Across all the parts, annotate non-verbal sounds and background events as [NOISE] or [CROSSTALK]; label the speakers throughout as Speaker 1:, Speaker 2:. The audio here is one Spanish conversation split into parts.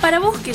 Speaker 1: Para vos que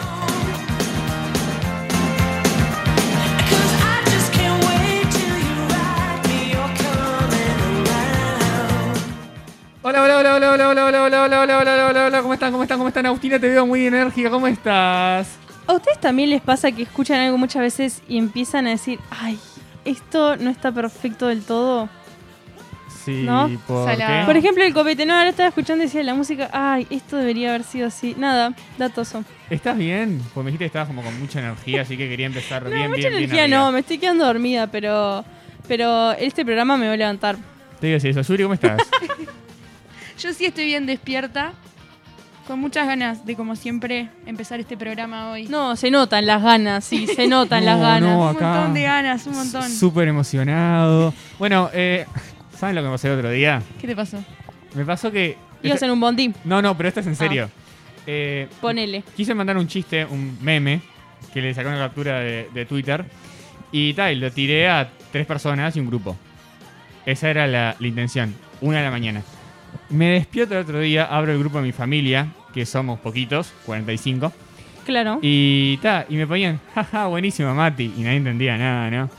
Speaker 2: Hola, hola, hola, hola, hola, hola, hola, hola, hola, hola, hola, hola, hola, ¿cómo están? ¿Cómo están? ¿Cómo están? Agustina, te veo muy enérgica, ¿cómo estás?
Speaker 3: ¿A ustedes también les pasa que escuchan algo muchas veces y empiezan a decir, ay, esto no está perfecto del todo?
Speaker 2: Sí,
Speaker 3: ¿No?
Speaker 2: ¿por
Speaker 4: Salado.
Speaker 3: Por ejemplo, el copete, no, ahora estaba escuchando y decía la música, ay, esto debería haber sido así. Nada, datoso.
Speaker 2: ¿Estás bien? Pues me dijiste que estabas como con mucha energía, así que quería empezar
Speaker 3: No,
Speaker 2: bien,
Speaker 3: mucha
Speaker 2: bien,
Speaker 3: energía
Speaker 2: bien. arriba.
Speaker 3: no, me estoy quedando dormida, pero, pero este programa me va a levantar.
Speaker 2: Te digo eso. Yuri, ¿cómo
Speaker 3: [LAUGHS]
Speaker 2: estás?
Speaker 4: Yo sí estoy bien despierta, con muchas ganas de, como siempre, empezar este programa hoy.
Speaker 3: No, se notan las ganas, sí, se notan las
Speaker 2: No,
Speaker 3: ganas.
Speaker 2: no.
Speaker 4: un
Speaker 2: acá.
Speaker 4: montón de ganas, un montón.
Speaker 2: Súper emocionado. Bueno, eh, ¿saben lo que me pasó el otro día?
Speaker 4: ¿Qué te pasó?
Speaker 2: Me pasó que...
Speaker 3: Ibas en un bondi,
Speaker 2: No, no, pero esto es en serio. Eh,
Speaker 3: ponele.
Speaker 2: quise mandar un chiste, un meme, que le sacó una captura de, de Twitter. Y tal, lo tiré a tres personas y un grupo. Esa era la, la intención. Una de la mañana. Me despierto el otro día, abro el grupo de mi familia, que somos poquitos, 45.
Speaker 3: Claro.
Speaker 2: Y ta, y me ponían, jaja, buenísima Mati. Y nadie entendía nada, ¿no?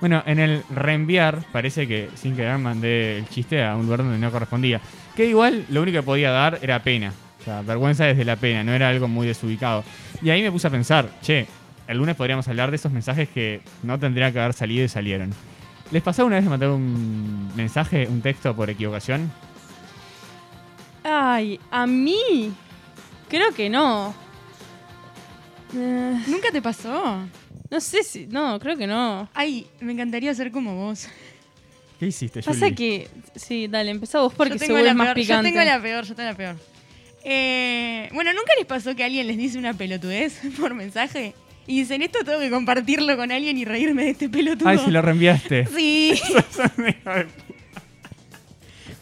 Speaker 2: Bueno, en el reenviar, parece que sin querer mandé el chiste a un lugar donde no correspondía. Que igual lo único que podía dar era pena. O sea, vergüenza desde la pena, no era algo muy desubicado. Y ahí me puse a pensar, che, el lunes podríamos hablar de esos mensajes que no tendrían que haber salido y salieron. ¿Les pasó una vez de mandar un mensaje, un texto por equivocación?
Speaker 3: Ay, a mí, creo que no. Eh,
Speaker 4: ¿Nunca te pasó?
Speaker 3: no sé si, no, creo que no.
Speaker 4: Ay, me encantaría ser como vos.
Speaker 2: ¿Qué hiciste,
Speaker 3: Pasa
Speaker 2: Juli?
Speaker 3: que. Sí, dale, empezá vos porque
Speaker 4: yo
Speaker 3: se
Speaker 4: tengo la
Speaker 3: vuelve más
Speaker 4: peor,
Speaker 3: picante.
Speaker 4: Yo tengo la peor, yo tengo la peor. Eh, bueno, ¿nunca les pasó que alguien les dice una pelotudez [LAUGHS] por mensaje? Y dicen, esto tengo que compartirlo con alguien y reírme de este pelotudo.
Speaker 2: Ay, si lo reenviaste. [LAUGHS]
Speaker 4: Sí.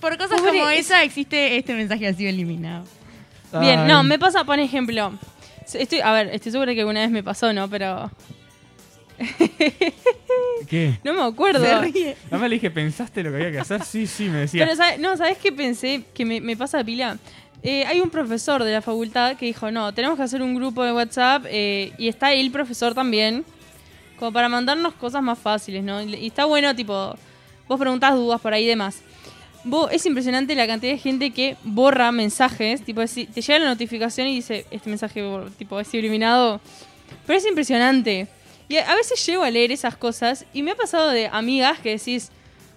Speaker 4: Por cosas
Speaker 3: Pobre,
Speaker 4: como
Speaker 3: es-
Speaker 4: esa existe este mensaje así eliminado.
Speaker 3: [LAUGHS] Bien, no,
Speaker 2: Ay.
Speaker 3: me pasa, por ejemplo. Estoy, a ver, estoy segura que alguna vez me pasó, ¿no? Pero.
Speaker 2: ¿Qué?
Speaker 3: No me acuerdo.
Speaker 4: Se ríe.
Speaker 2: Además le dije, ¿pensaste lo que había que hacer? Sí, sí, me decía.
Speaker 3: Pero, ¿sabes? No, ¿sabes qué pensé? Que me, me pasa pila. Eh, hay un profesor de la facultad que dijo: No, tenemos que hacer un grupo de WhatsApp eh, y está ahí el profesor también. Como para mandarnos cosas más fáciles, ¿no? Y y está bueno, tipo, vos preguntás dudas por ahí y demás. Vos, es impresionante la cantidad de gente que borra mensajes. Tipo, si te llega la notificación y dice, este mensaje bor- tipo, es eliminado. Pero es impresionante. Y a a veces llego a leer esas cosas y me ha pasado de amigas que decís,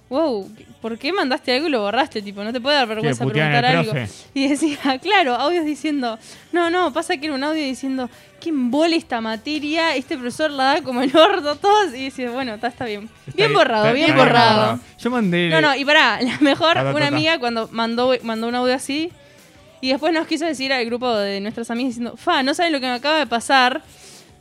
Speaker 3: wow, ¿por qué mandaste algo y lo borraste? Tipo, no te puede dar vergüenza
Speaker 2: puteaban
Speaker 3: preguntar
Speaker 2: al
Speaker 3: algo.
Speaker 2: profe.
Speaker 3: Y decía, [LAUGHS] claro, audios diciendo, no, no, pasa que era un audio diciendo, qué embole esta materia, este profesor la da como el orto, [LAUGHS] todos. Y decís, bueno, está, está bien.
Speaker 2: Está
Speaker 3: bien borrado,
Speaker 2: está-
Speaker 3: bien
Speaker 2: está
Speaker 3: borrado.
Speaker 2: Yo mandé.
Speaker 3: No, no, y pará, [LAUGHS] la mejor,
Speaker 2: Ta, ta, ta,
Speaker 3: una
Speaker 2: ta.
Speaker 3: amiga cuando mandó, mandó un audio así y después nos quiso decir al grupo de nuestras amigas diciendo, fa, no saben lo que me acaba de pasar. [LAUGHS]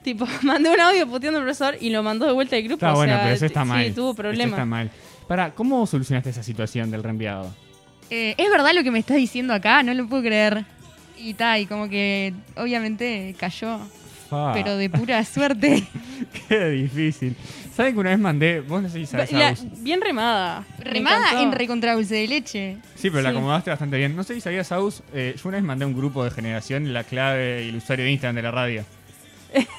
Speaker 3: Tipo, mandé un audio puteando al profesor y lo mandó de vuelta al grupo.
Speaker 2: Está
Speaker 3: o
Speaker 2: bueno,
Speaker 3: sea,
Speaker 2: pero eso
Speaker 3: t-
Speaker 2: está mal.
Speaker 3: Sí, tuvo
Speaker 2: Eso
Speaker 3: problemas.
Speaker 2: está mal. Pará, ¿cómo solucionaste esa situación del reenviado?
Speaker 4: Eh, es verdad lo que me estás diciendo acá, no lo puedo creer. Y tal, y como que obviamente cayó,
Speaker 2: Fa,
Speaker 4: pero de
Speaker 3: [LAUGHS]
Speaker 4: pura suerte.
Speaker 2: Qué difícil. ¿Saben que una vez mandé? Vos no sé si sabés,
Speaker 3: La-
Speaker 2: Agus.
Speaker 3: bien remada. me
Speaker 4: Remada
Speaker 3: encantó.
Speaker 4: en recontra dulce de leche.
Speaker 2: Sí, pero la
Speaker 3: sí.
Speaker 2: acomodaste bastante bien. No sé si sabías, Agus. eh, yo una vez mandé a un grupo de generación la clave y el usuario de Instagram de la radio.
Speaker 3: [LAUGHS]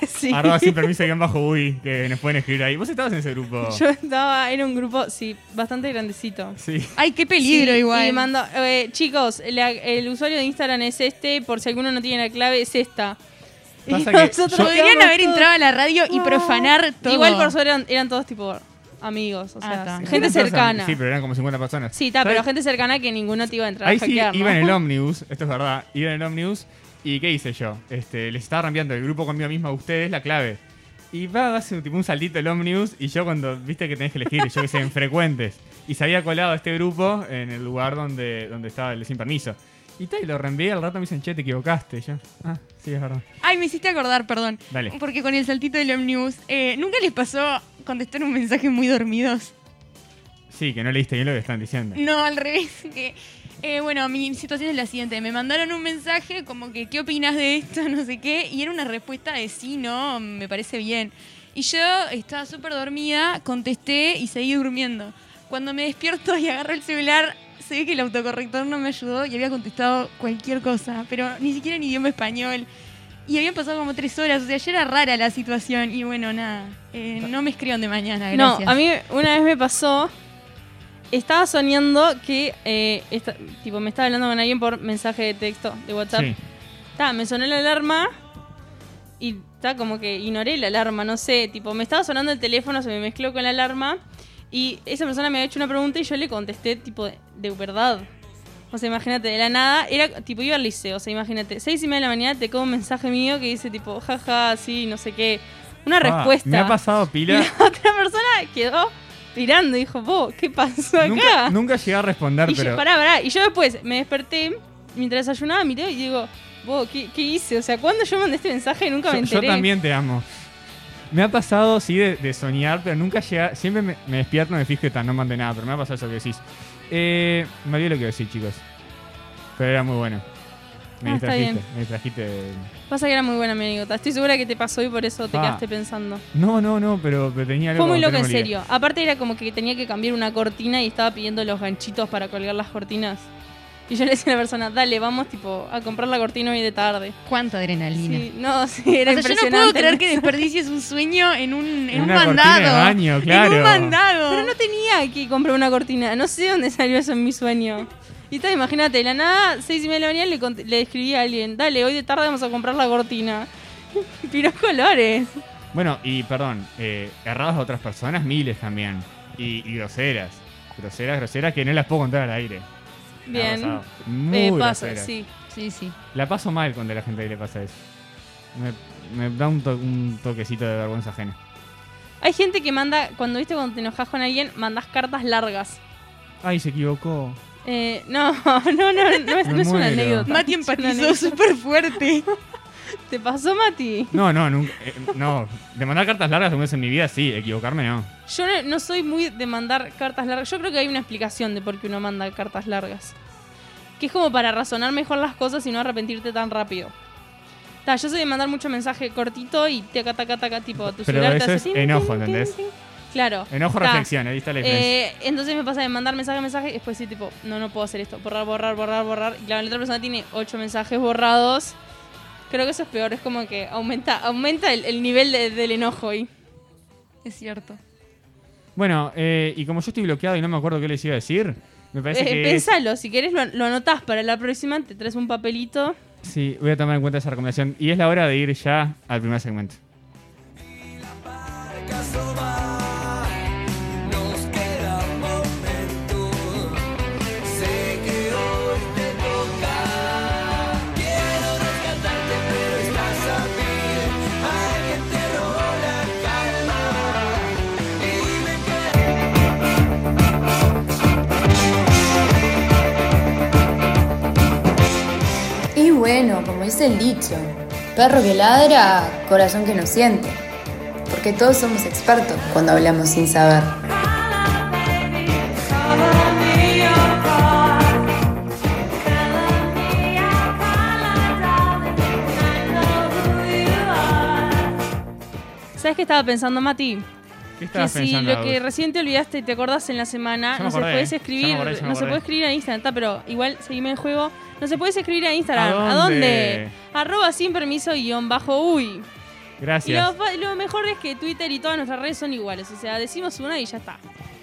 Speaker 3: Sí.
Speaker 2: Arroba
Speaker 3: [LAUGHS]
Speaker 2: sin permiso guión bajo uy, que nos pueden escribir ahí. Vos estabas en ese grupo.
Speaker 3: Yo estaba en un grupo, sí, bastante grandecito.
Speaker 2: Sí.
Speaker 4: Ay, qué peligro
Speaker 3: Sí,
Speaker 4: igual.
Speaker 3: Y mando, eh, chicos, la- el usuario de Instagram es este, por si alguno no tiene la clave, es esta. Y
Speaker 2: Pasa que
Speaker 3: nosotros
Speaker 2: yo-
Speaker 4: Podrían
Speaker 3: quedamos
Speaker 4: haber
Speaker 3: todos-
Speaker 4: entrado a la radio y profanar todo.
Speaker 3: Ah, Igual por suerte eran, eran todos tipo amigos, o sea,
Speaker 4: Ah, está.
Speaker 3: gente
Speaker 2: Eran todos
Speaker 3: cercana.
Speaker 2: am- Sí, pero eran como 50 personas.
Speaker 3: Sí, ta, pero
Speaker 2: ¿Sabes?
Speaker 3: gente cercana que ninguno te iba a entrar
Speaker 2: Ahí
Speaker 3: a
Speaker 2: sí,
Speaker 3: hackear, ¿no?
Speaker 2: iba en
Speaker 3: [LAUGHS]
Speaker 2: el ómnibus, esto es verdad, iba en el ómnibus y ¿qué hice yo? Este, les estaba rampeando el grupo conmigo misma a ustedes la clave. Y va, hace tipo un saltito el ómnibus y yo cuando viste que tenés que elegir, yo que sé, en frecuentes. Y se había colado este grupo en el lugar donde, donde estaba el sin permiso. Y tal, y lo reenvié al rato me dicen, che, te equivocaste. Y yo, ah, sí, es verdad.
Speaker 4: Ay, me hiciste acordar, perdón.
Speaker 2: Dale.
Speaker 4: Porque con el saltito del Omnibus, eh, ¿nunca les pasó contestar un mensaje muy dormidos?
Speaker 2: Sí, que no leíste bien lo que están diciendo.
Speaker 4: No, al revés. [LAUGHS] Que, eh, bueno, mi situación es la siguiente. Me mandaron un mensaje como que, ¿qué opinas de esto? [LAUGHS] No sé qué. Y era una respuesta de sí, no, me parece bien. Y yo estaba súper dormida, contesté y seguí durmiendo. Cuando me despierto y agarro el celular, se ve que el autocorrector no me ayudó y había contestado cualquier cosa, pero ni siquiera en idioma español. Y habían pasado como tres horas, o sea, ya era rara la situación. Y bueno, nada, eh, no me escriban de mañana, gracias.
Speaker 3: No, a mí una vez me pasó. Estaba soñando que. eh, esta- tipo, me estaba hablando con alguien por mensaje de texto de WhatsApp.
Speaker 2: Sí.
Speaker 3: Ta, me sonó la alarma. Y está como que ignoré la alarma, no sé. Tipo, me estaba sonando el teléfono, se me mezcló con la alarma. Y esa persona me había hecho una pregunta y yo le contesté, tipo, de, de verdad. O sea, imagínate, de la nada, era tipo, iba al liceo, o sea, imagínate, seis y media de la mañana te cae un mensaje mío que dice, tipo, jaja, sí, no sé qué. Una
Speaker 2: Ah,
Speaker 3: respuesta.
Speaker 2: Me ha pasado pila.
Speaker 3: Y la [LAUGHS] otra persona quedó mirando y dijo, vos, ¿qué pasó acá?
Speaker 2: Nunca, nunca llegué a responder,
Speaker 3: y yo,
Speaker 2: pero.
Speaker 3: pará, pará. Y yo después me desperté mientras desayunaba mi y digo, vos, ¿qué, qué hice? O sea, ¿cuándo yo mandé este mensaje? Y Nunca me
Speaker 2: Yo, yo
Speaker 3: enteré.
Speaker 2: también te amo. Me ha pasado, sí, de, de soñar, pero nunca llega. Siempre me, me despierto, me fijo y tal, no mandé nada, pero me ha pasado eso que decís. Eh, me olvidé lo que iba a decir, chicos. Pero era muy bueno. Me
Speaker 3: Ah, está
Speaker 2: distrajiste,
Speaker 3: bien.
Speaker 2: me distrajiste. de-
Speaker 3: Pasa que era muy buena mi anécdota. Estoy segura que te pasó y por eso te
Speaker 2: Ah.
Speaker 3: quedaste pensando.
Speaker 2: No, no, no, pero, pero tenía algo
Speaker 3: Fue muy
Speaker 2: pero
Speaker 3: loco, en
Speaker 2: me olvidé.
Speaker 3: serio. Aparte era como que tenía que cambiar una cortina y estaba pidiendo los ganchitos para colgar las cortinas. Y yo le decía a la persona, dale, vamos tipo a comprar la cortina hoy de tarde.
Speaker 4: Cuánta adrenalina.
Speaker 3: Sí, no, sí,
Speaker 4: O sea,
Speaker 3: era
Speaker 4: yo
Speaker 3: impresionante.
Speaker 4: no puedo creer que desperdicies un sueño en un, en un
Speaker 2: Una cortina
Speaker 4: mandado.
Speaker 2: de baño,
Speaker 4: En
Speaker 2: claro.
Speaker 4: un mandado.
Speaker 3: Pero no tenía que comprar una cortina. No sé dónde salió eso en mi sueño. Y está, imagínate, de la nada, seis y media de la mañana le, cont- le escribí a alguien, dale, hoy de tarde vamos a comprar la cortina. [LAUGHS] Piró colores.
Speaker 2: Bueno, y perdón, eh, erradas a otras personas, miles también. Y, y groseras. Groseras, groseras que no las puedo contar al aire. Me ha
Speaker 3: Bien.
Speaker 2: pasado. Muy
Speaker 3: Eh, pasa,
Speaker 2: groseras.
Speaker 3: sí.
Speaker 4: Sí, sí.
Speaker 2: La paso mal cuando a la gente le pasa eso. Me, me da un, to- un toquecito de vergüenza ajena.
Speaker 3: Hay gente que manda, cuando viste cuando te enojas con alguien, mandas cartas largas.
Speaker 2: Ay, se equivocó.
Speaker 3: Eh, no, [LAUGHS] no, no, no, es- no es
Speaker 2: muero.
Speaker 3: una anécdota.
Speaker 4: Mati
Speaker 3: Es una
Speaker 4: empatizó
Speaker 3: anécdota.
Speaker 4: súper fuerte.
Speaker 3: ¿Te pasó, Mati?
Speaker 2: No, no, nunca. eh, no, de mandar cartas largas alguna vez en mi vida, sí, equivocarme no.
Speaker 3: Yo no, no soy muy de mandar cartas largas. Yo creo que hay una explicación de por qué uno manda cartas largas. Que es como para razonar mejor las cosas y no arrepentirte tan rápido. Ta, yo soy de mandar mucho mensaje cortito y taca, taca, taca, tipo, tu
Speaker 2: Pero
Speaker 3: celular te
Speaker 2: eso
Speaker 3: hace
Speaker 2: es
Speaker 3: tin,
Speaker 2: enojo,
Speaker 3: tin, tin,
Speaker 2: ¿entendés?
Speaker 3: tin. Claro.
Speaker 2: Enojo,
Speaker 3: Ta.
Speaker 2: reflexión, ahí está la diferencia.
Speaker 3: Eh, entonces me pasa de mandar mensaje, mensaje, y después sí, tipo, no, no puedo hacer esto. Borrar, borrar, borrar, borrar. Y claro, la otra persona tiene ocho mensajes borrados. Creo que eso es peor, es como que aumenta, aumenta el, el nivel de- del enojo ahí.
Speaker 4: Es cierto.
Speaker 2: Bueno, eh, y como yo estoy bloqueado y no me acuerdo qué les iba a decir, me parece que.
Speaker 3: Eh, pensalo, si querés lo, lo anotás para la próxima, te traes un papelito.
Speaker 2: Sí, voy a tomar en cuenta esa recomendación. Y es la hora de ir ya al primer segmento.
Speaker 5: Nos queda un momento. Sé que hoy te toca. Quiero rescatarte, pero estás a mil. Alguien te robó la calma. Y me quedé.
Speaker 6: Y bueno, como dice el dicho, perro que ladra, corazón que no siente. Porque todos somos expertos cuando hablamos sin saber.
Speaker 3: ¿Sabes qué estaba pensando, Mati?
Speaker 2: ¿Qué
Speaker 3: Que
Speaker 2: estabas
Speaker 3: si
Speaker 2: pensando?
Speaker 3: lo que
Speaker 2: Agus?
Speaker 3: recién te olvidaste y te acordás en la semana,
Speaker 2: Ya me
Speaker 3: no se
Speaker 2: acordé,
Speaker 3: puedes
Speaker 2: ya me
Speaker 3: escribir,
Speaker 2: acordé, ya me
Speaker 3: no se
Speaker 2: acordé.
Speaker 3: puede escribir a Instagram, está, pero igual seguime el juego. No se puede escribir a Instagram.
Speaker 2: ¿A
Speaker 3: ¿A
Speaker 2: dónde?
Speaker 3: dónde? Arroba sin permiso guión bajo uy. Y
Speaker 2: Gracias.
Speaker 3: lo, fa- lo mejor es que Twitter y todas nuestras redes son iguales. O sea, decimos una y ya está.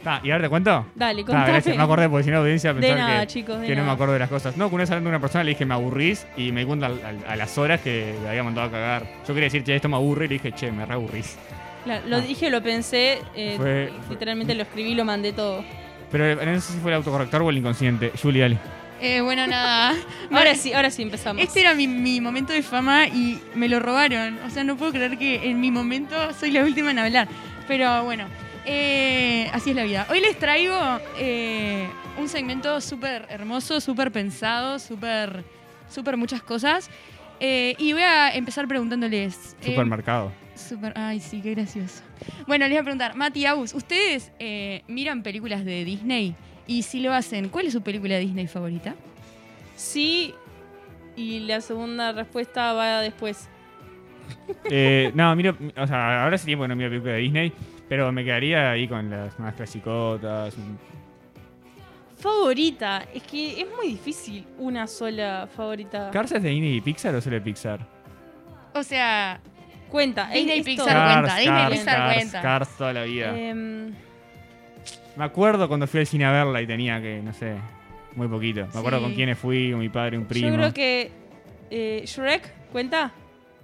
Speaker 2: Ta, ¿Y ahora te cuento?
Speaker 3: Dale,
Speaker 2: Ah, gracias,
Speaker 3: contame.
Speaker 2: me acordé porque si no, audiencia
Speaker 3: De
Speaker 2: pensaba
Speaker 3: nada,
Speaker 2: que,
Speaker 3: chicos, de
Speaker 2: que no me
Speaker 3: nada.
Speaker 2: acuerdo de las cosas. No, que una vez hablando con una persona le dije me aburrís y me di cuenta al- al- a, las horas que le había mandado a cagar. Yo quería decir, che, esto me aburre y le dije, che, me reaburrís.
Speaker 3: Claro, lo
Speaker 2: Ah.
Speaker 3: dije, lo pensé, eh,
Speaker 2: Fue- fue-
Speaker 3: literalmente lo escribí, lo mandé todo.
Speaker 2: Pero eh, no sé si fue el autocorrector o el inconsciente. Julie, dale.
Speaker 4: Eh, bueno, [LAUGHS] nada.
Speaker 3: Ahora sí, ahora sí empezamos.
Speaker 4: Este era mi, mi momento de fama y me lo robaron. O sea, no puedo creer que en mi momento soy la última en hablar. Pero bueno, eh, así es la vida. Hoy les traigo eh, un segmento súper hermoso, súper pensado, súper súper muchas cosas. Eh, y voy a empezar preguntándoles. eh,
Speaker 2: Supermercado.
Speaker 4: Super, ay, sí, qué gracioso. Bueno, les voy a preguntar, Mati Agus, ¿ustedes eh, miran películas de Disney? Y si lo hacen, ¿cuál es su película Disney favorita?
Speaker 3: Sí, y la segunda respuesta va después.
Speaker 2: Eh, no, miro, o sea, ahora hace tiempo que no miro películas de Disney, pero me quedaría ahí con las más clasicotas.
Speaker 3: Mm.
Speaker 2: un-
Speaker 3: Favorita, es que es muy difícil una sola favorita.
Speaker 2: ¿Cars es de Disney y Pixar o solo de Pixar?
Speaker 4: O sea,
Speaker 3: Cuenta, es-
Speaker 4: Disney
Speaker 3: es
Speaker 4: Pixar.
Speaker 3: todo.
Speaker 4: cuenta,
Speaker 2: Cars,
Speaker 4: Disney
Speaker 2: Cars,
Speaker 4: Pixar
Speaker 2: Cars,
Speaker 4: cuenta.
Speaker 2: Cars toda la vida.
Speaker 3: Em,
Speaker 2: Me acuerdo cuando fui al cine a verla y tenía que, no sé, muy poquito. Me acuerdo
Speaker 4: Sí.
Speaker 2: con quiénes fui, con mi padre, un primo.
Speaker 3: yo creo que eh, Shrek, ¿cuenta?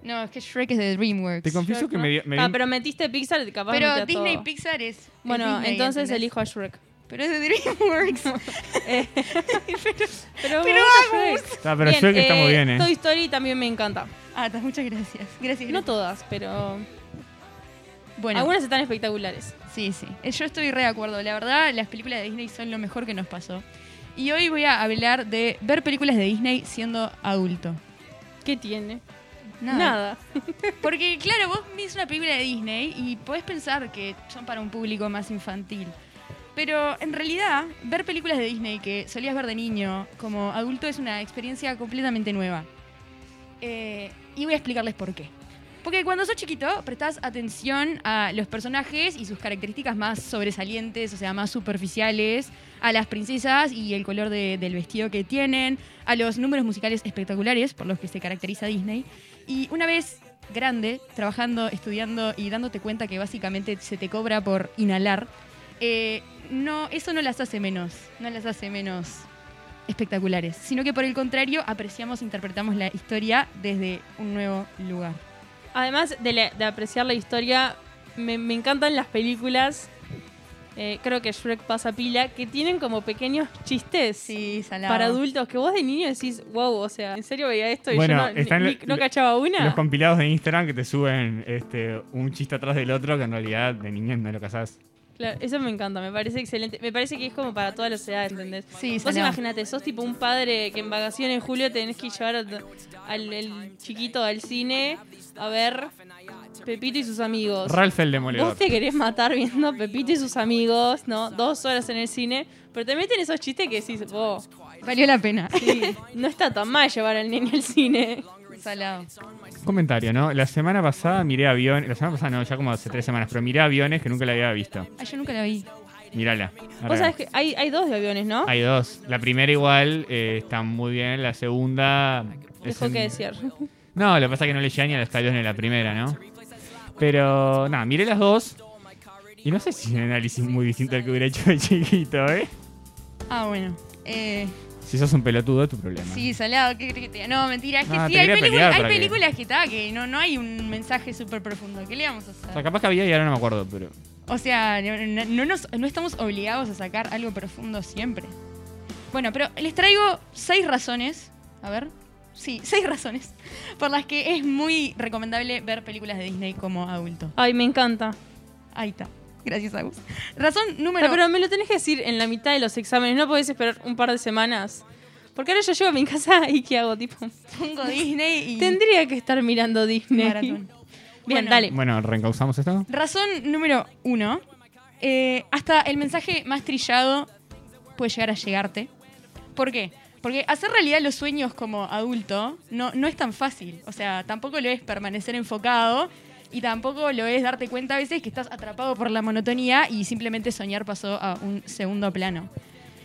Speaker 4: no, es que Shrek es de DreamWorks.
Speaker 2: Te confieso
Speaker 3: Shrek,
Speaker 2: que
Speaker 3: ¿no?
Speaker 2: me dio. me
Speaker 3: ah,
Speaker 2: dio-
Speaker 3: pero metiste Pixar, capaz metí
Speaker 4: Pero
Speaker 3: a
Speaker 4: Disney
Speaker 3: todo.
Speaker 4: Pixar es. es
Speaker 3: Bueno,
Speaker 4: Disney,
Speaker 3: entonces
Speaker 4: ¿entendés?
Speaker 3: elijo a Shrek.
Speaker 4: Pero es de DreamWorks.
Speaker 3: [LAUGHS] Eh, pero me
Speaker 4: [LAUGHS] Pero
Speaker 3: gusta Shrek.
Speaker 2: Ah, pero
Speaker 3: Bien,
Speaker 2: Shrek está muy bien, eh.
Speaker 3: Toy Story también me encanta.
Speaker 4: ah, ta, muchas gracias. Gracias.
Speaker 3: No
Speaker 4: gracias.
Speaker 3: todas, pero
Speaker 4: bueno,
Speaker 3: algunas están espectaculares.
Speaker 4: sí, sí. Eh, Yo estoy re de acuerdo. La verdad, las películas de Disney son lo mejor que nos pasó. Y hoy voy a hablar de ver películas de Disney siendo adulto.
Speaker 3: ¿Qué tiene?
Speaker 4: Nada.
Speaker 3: Nada.
Speaker 4: Porque, claro, vos ves una película de Disney y podés pensar que son para un público más infantil. Pero en realidad, ver películas de Disney que solías ver de niño como adulto es una experiencia completamente nueva. Eh, y voy a explicarles por qué. Porque cuando sos chiquito, prestás atención a los personajes y sus características más sobresalientes, o sea, más superficiales, a las princesas y el color de- del vestido que tienen, a los números musicales espectaculares por los que se caracteriza Disney. Y una vez grande, trabajando, estudiando y dándote cuenta que básicamente se te cobra por inhalar, eh, no, eso no las hace menos, no las hace menos espectaculares, sino que por el contrario apreciamos, interpretamos la historia desde un nuevo lugar.
Speaker 3: Además de, la- de apreciar la historia, me, me encantan las películas. eh, creo que Shrek pasa pila, que tienen como pequeños chistes
Speaker 4: Sí, salado.
Speaker 3: para adultos que vos de niño decís, wow, o sea, ¿en serio veía esto y
Speaker 2: Bueno,
Speaker 3: yo no, ni-
Speaker 2: están
Speaker 3: ni-
Speaker 2: lo-
Speaker 3: no cachaba una?
Speaker 2: Los compilados de Instagram que te suben este, un chiste atrás del otro que en realidad de niños no lo casás.
Speaker 3: Claro, eso me encanta, me parece excelente. Me parece que es como para todas las edades, ¿entendés?
Speaker 4: Sí,
Speaker 3: Vos
Speaker 4: salado.
Speaker 3: imagínate, sos tipo un padre que en vacaciones en julio tenés que llevar a tu- al el chiquito al cine a ver Pepito y sus amigos.
Speaker 2: Ralph el demoledor.
Speaker 3: Vos te querés matar viendo a Pepito y sus amigos, ¿no? Dos horas en el cine, pero te meten esos chistes que decís, vos,
Speaker 4: Valió la pena.
Speaker 3: no está tan mal llevar al niño al cine.
Speaker 4: Salado.
Speaker 2: Comentario, ¿no? La semana pasada miré aviones. La semana pasada no, ya como hace tres semanas, pero miré aviones que nunca la había visto.
Speaker 4: Ay, yo nunca la vi.
Speaker 2: Mírala. Arre.
Speaker 3: Vos sabés que hay, hay dos de aviones, ¿no?
Speaker 2: Hay dos. La primera igual eh, está muy bien. La segunda. es
Speaker 3: Dejó
Speaker 2: en-
Speaker 3: que decir.
Speaker 2: No, lo que pasa es que no le llegan ni a los tallos en la primera, ¿no? Pero, nada, miré las dos. Y no sé si es un análisis muy distinto al que hubiera hecho de chiquito, ¿eh?
Speaker 4: Ah, bueno. Eh,
Speaker 2: Si sos un pelotudo, es tu problema.
Speaker 4: sí, salado, ¿qué crees que te diga? No, mentira, es que
Speaker 2: Ah,
Speaker 4: sí,
Speaker 2: te
Speaker 4: hay,
Speaker 2: quería
Speaker 4: películas-
Speaker 2: pelear
Speaker 4: hay
Speaker 2: para que-
Speaker 4: películas que está, que no, no hay un mensaje súper profundo. ¿Qué le vamos a
Speaker 2: O sea,
Speaker 4: hacer?
Speaker 2: capaz que había y ahora no me acuerdo, pero.
Speaker 4: O sea, no, no- no nos- no estamos obligados a sacar algo profundo siempre. Bueno, pero les traigo seis razones. A ver. Sí, [LAUGHS] seis razones por las que es muy recomendable ver películas de Disney como adulto.
Speaker 3: Ay, me encanta.
Speaker 4: Ahí está. Gracias, Agus. Razón número
Speaker 3: Pero, pero me lo tenés que decir en la mitad de los exámenes, no podés esperar un par de semanas. Porque ahora yo llego a mi casa [LAUGHS] y ¿qué hago? Tipo,
Speaker 4: [LAUGHS] Pongo Disney y
Speaker 3: tendría que estar mirando Disney.
Speaker 4: maratón.
Speaker 3: [LAUGHS] Bien,
Speaker 4: Bueno.
Speaker 3: dale.
Speaker 2: Bueno, reencauzamos esto.
Speaker 4: Razón número uno. eh, hasta el mensaje más trillado puede llegar a llegarte. ¿Por qué? Porque hacer realidad los sueños como adulto no, no es tan fácil. O sea, tampoco lo es permanecer enfocado y tampoco lo es darte cuenta a veces que estás atrapado por la monotonía y simplemente soñar pasó a un segundo plano.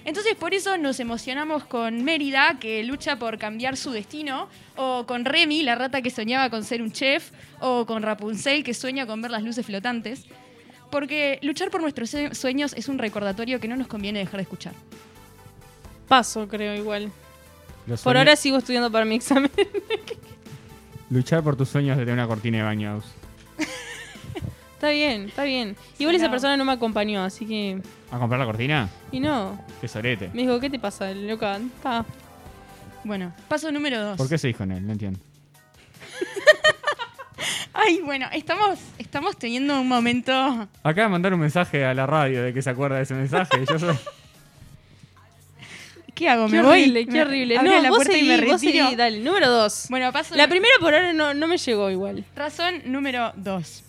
Speaker 4: Entonces por eso nos emocionamos con Mérida, que lucha por cambiar su destino, o con Remy, la rata que soñaba con ser un chef, o con Rapunzel, que sueña con ver las luces flotantes. Porque luchar por nuestros sue- sueños es un recordatorio que no nos conviene dejar de escuchar.
Speaker 3: Paso, creo, igual.
Speaker 2: Los
Speaker 3: Por
Speaker 2: sueños-
Speaker 3: ahora sigo estudiando para mi [LAUGHS] examen.
Speaker 2: Luchar por tus sueños de tener una cortina de baño. Aus.
Speaker 3: está bien, está bien. Igual esa
Speaker 4: No.
Speaker 3: persona no me acompañó, así que...
Speaker 2: ¿A comprar la cortina?
Speaker 3: Y no.
Speaker 2: Qué sorete.
Speaker 3: Me dijo, ¿qué te pasa, loca? Está.
Speaker 4: Bueno, paso número dos.
Speaker 2: ¿Por qué se dijo en él? No entiendo.
Speaker 4: Ay, bueno, estamos, estamos teniendo un momento...
Speaker 2: Acá
Speaker 4: [LAUGHS]
Speaker 2: de mandar un mensaje a la radio de que se acuerda de ese mensaje. Yo soy-
Speaker 4: ¿Qué hago?
Speaker 3: Qué
Speaker 4: ¿Me voy?
Speaker 3: horrible,
Speaker 4: Me-
Speaker 3: qué horrible.
Speaker 4: abro
Speaker 3: No,
Speaker 4: la
Speaker 3: vos
Speaker 4: puerta y me
Speaker 3: seguí, vos
Speaker 4: retiro.
Speaker 3: seguí, dale. Número dos.
Speaker 4: Bueno, paso
Speaker 3: La primera por ahora no, no me llegó igual.
Speaker 4: razón número dos.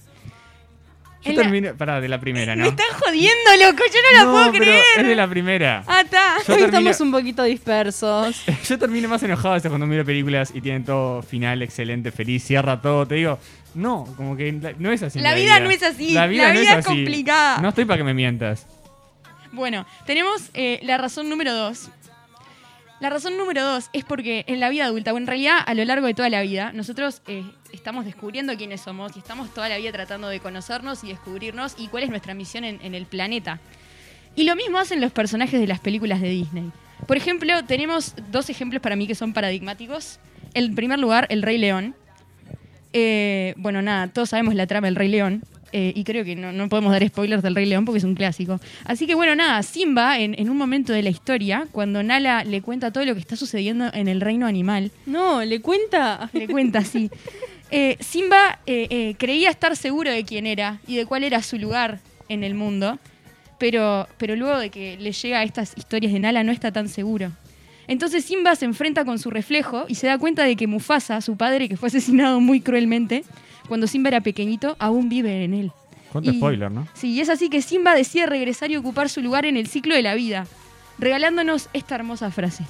Speaker 2: Yo
Speaker 4: Es la-
Speaker 2: termino. Pará, de la primera, ¿no?
Speaker 4: Me están jodiendo, loco. Yo no la
Speaker 2: No,
Speaker 4: puedo
Speaker 2: pero
Speaker 4: creer.
Speaker 2: Es de la primera.
Speaker 4: Ah, está.
Speaker 2: Yo
Speaker 3: Hoy
Speaker 2: termino-
Speaker 3: estamos un poquito dispersos.
Speaker 2: [LAUGHS] Yo termino más enojado hasta cuando miro películas y tienen todo final excelente, feliz, cierra todo. Te digo, no, como que la- no es así.
Speaker 4: La vida no es así, la vida es complicada.
Speaker 2: No estoy para que me mientas.
Speaker 4: Bueno, tenemos eh, la razón número dos. La razón número dos es porque en la vida adulta, o en realidad a lo largo de toda la vida, nosotros eh, estamos descubriendo quiénes somos y estamos toda la vida tratando de conocernos y descubrirnos y cuál es nuestra misión en, en el planeta. Y lo mismo hacen los personajes de las películas de Disney. Por ejemplo, tenemos dos ejemplos para mí que son paradigmáticos. En primer lugar, El Rey León. Eh, bueno, nada, todos sabemos la trama del Rey León. eh, y creo que no, no podemos dar spoilers del Rey León porque es un clásico. Así que bueno, nada, Simba, en, en un momento de la historia, cuando Nala le cuenta todo lo que está sucediendo en el reino animal,
Speaker 3: No, le cuenta.
Speaker 4: le cuenta así. eh, Simba eh, eh, creía estar seguro de quién era y de cuál era su lugar en el mundo, pero, pero luego de que le llega a estas historias de Nala no está tan seguro. Entonces Simba se enfrenta con su reflejo y se da cuenta de que Mufasa, su padre, que fue asesinado muy cruelmente, cuando Simba era pequeñito, aún vive en él.
Speaker 2: Cuánto
Speaker 4: Y-
Speaker 2: spoiler, ¿no?
Speaker 4: Sí, y es así que Simba decide regresar y ocupar su lugar en el ciclo de la vida, regalándonos esta hermosa frase.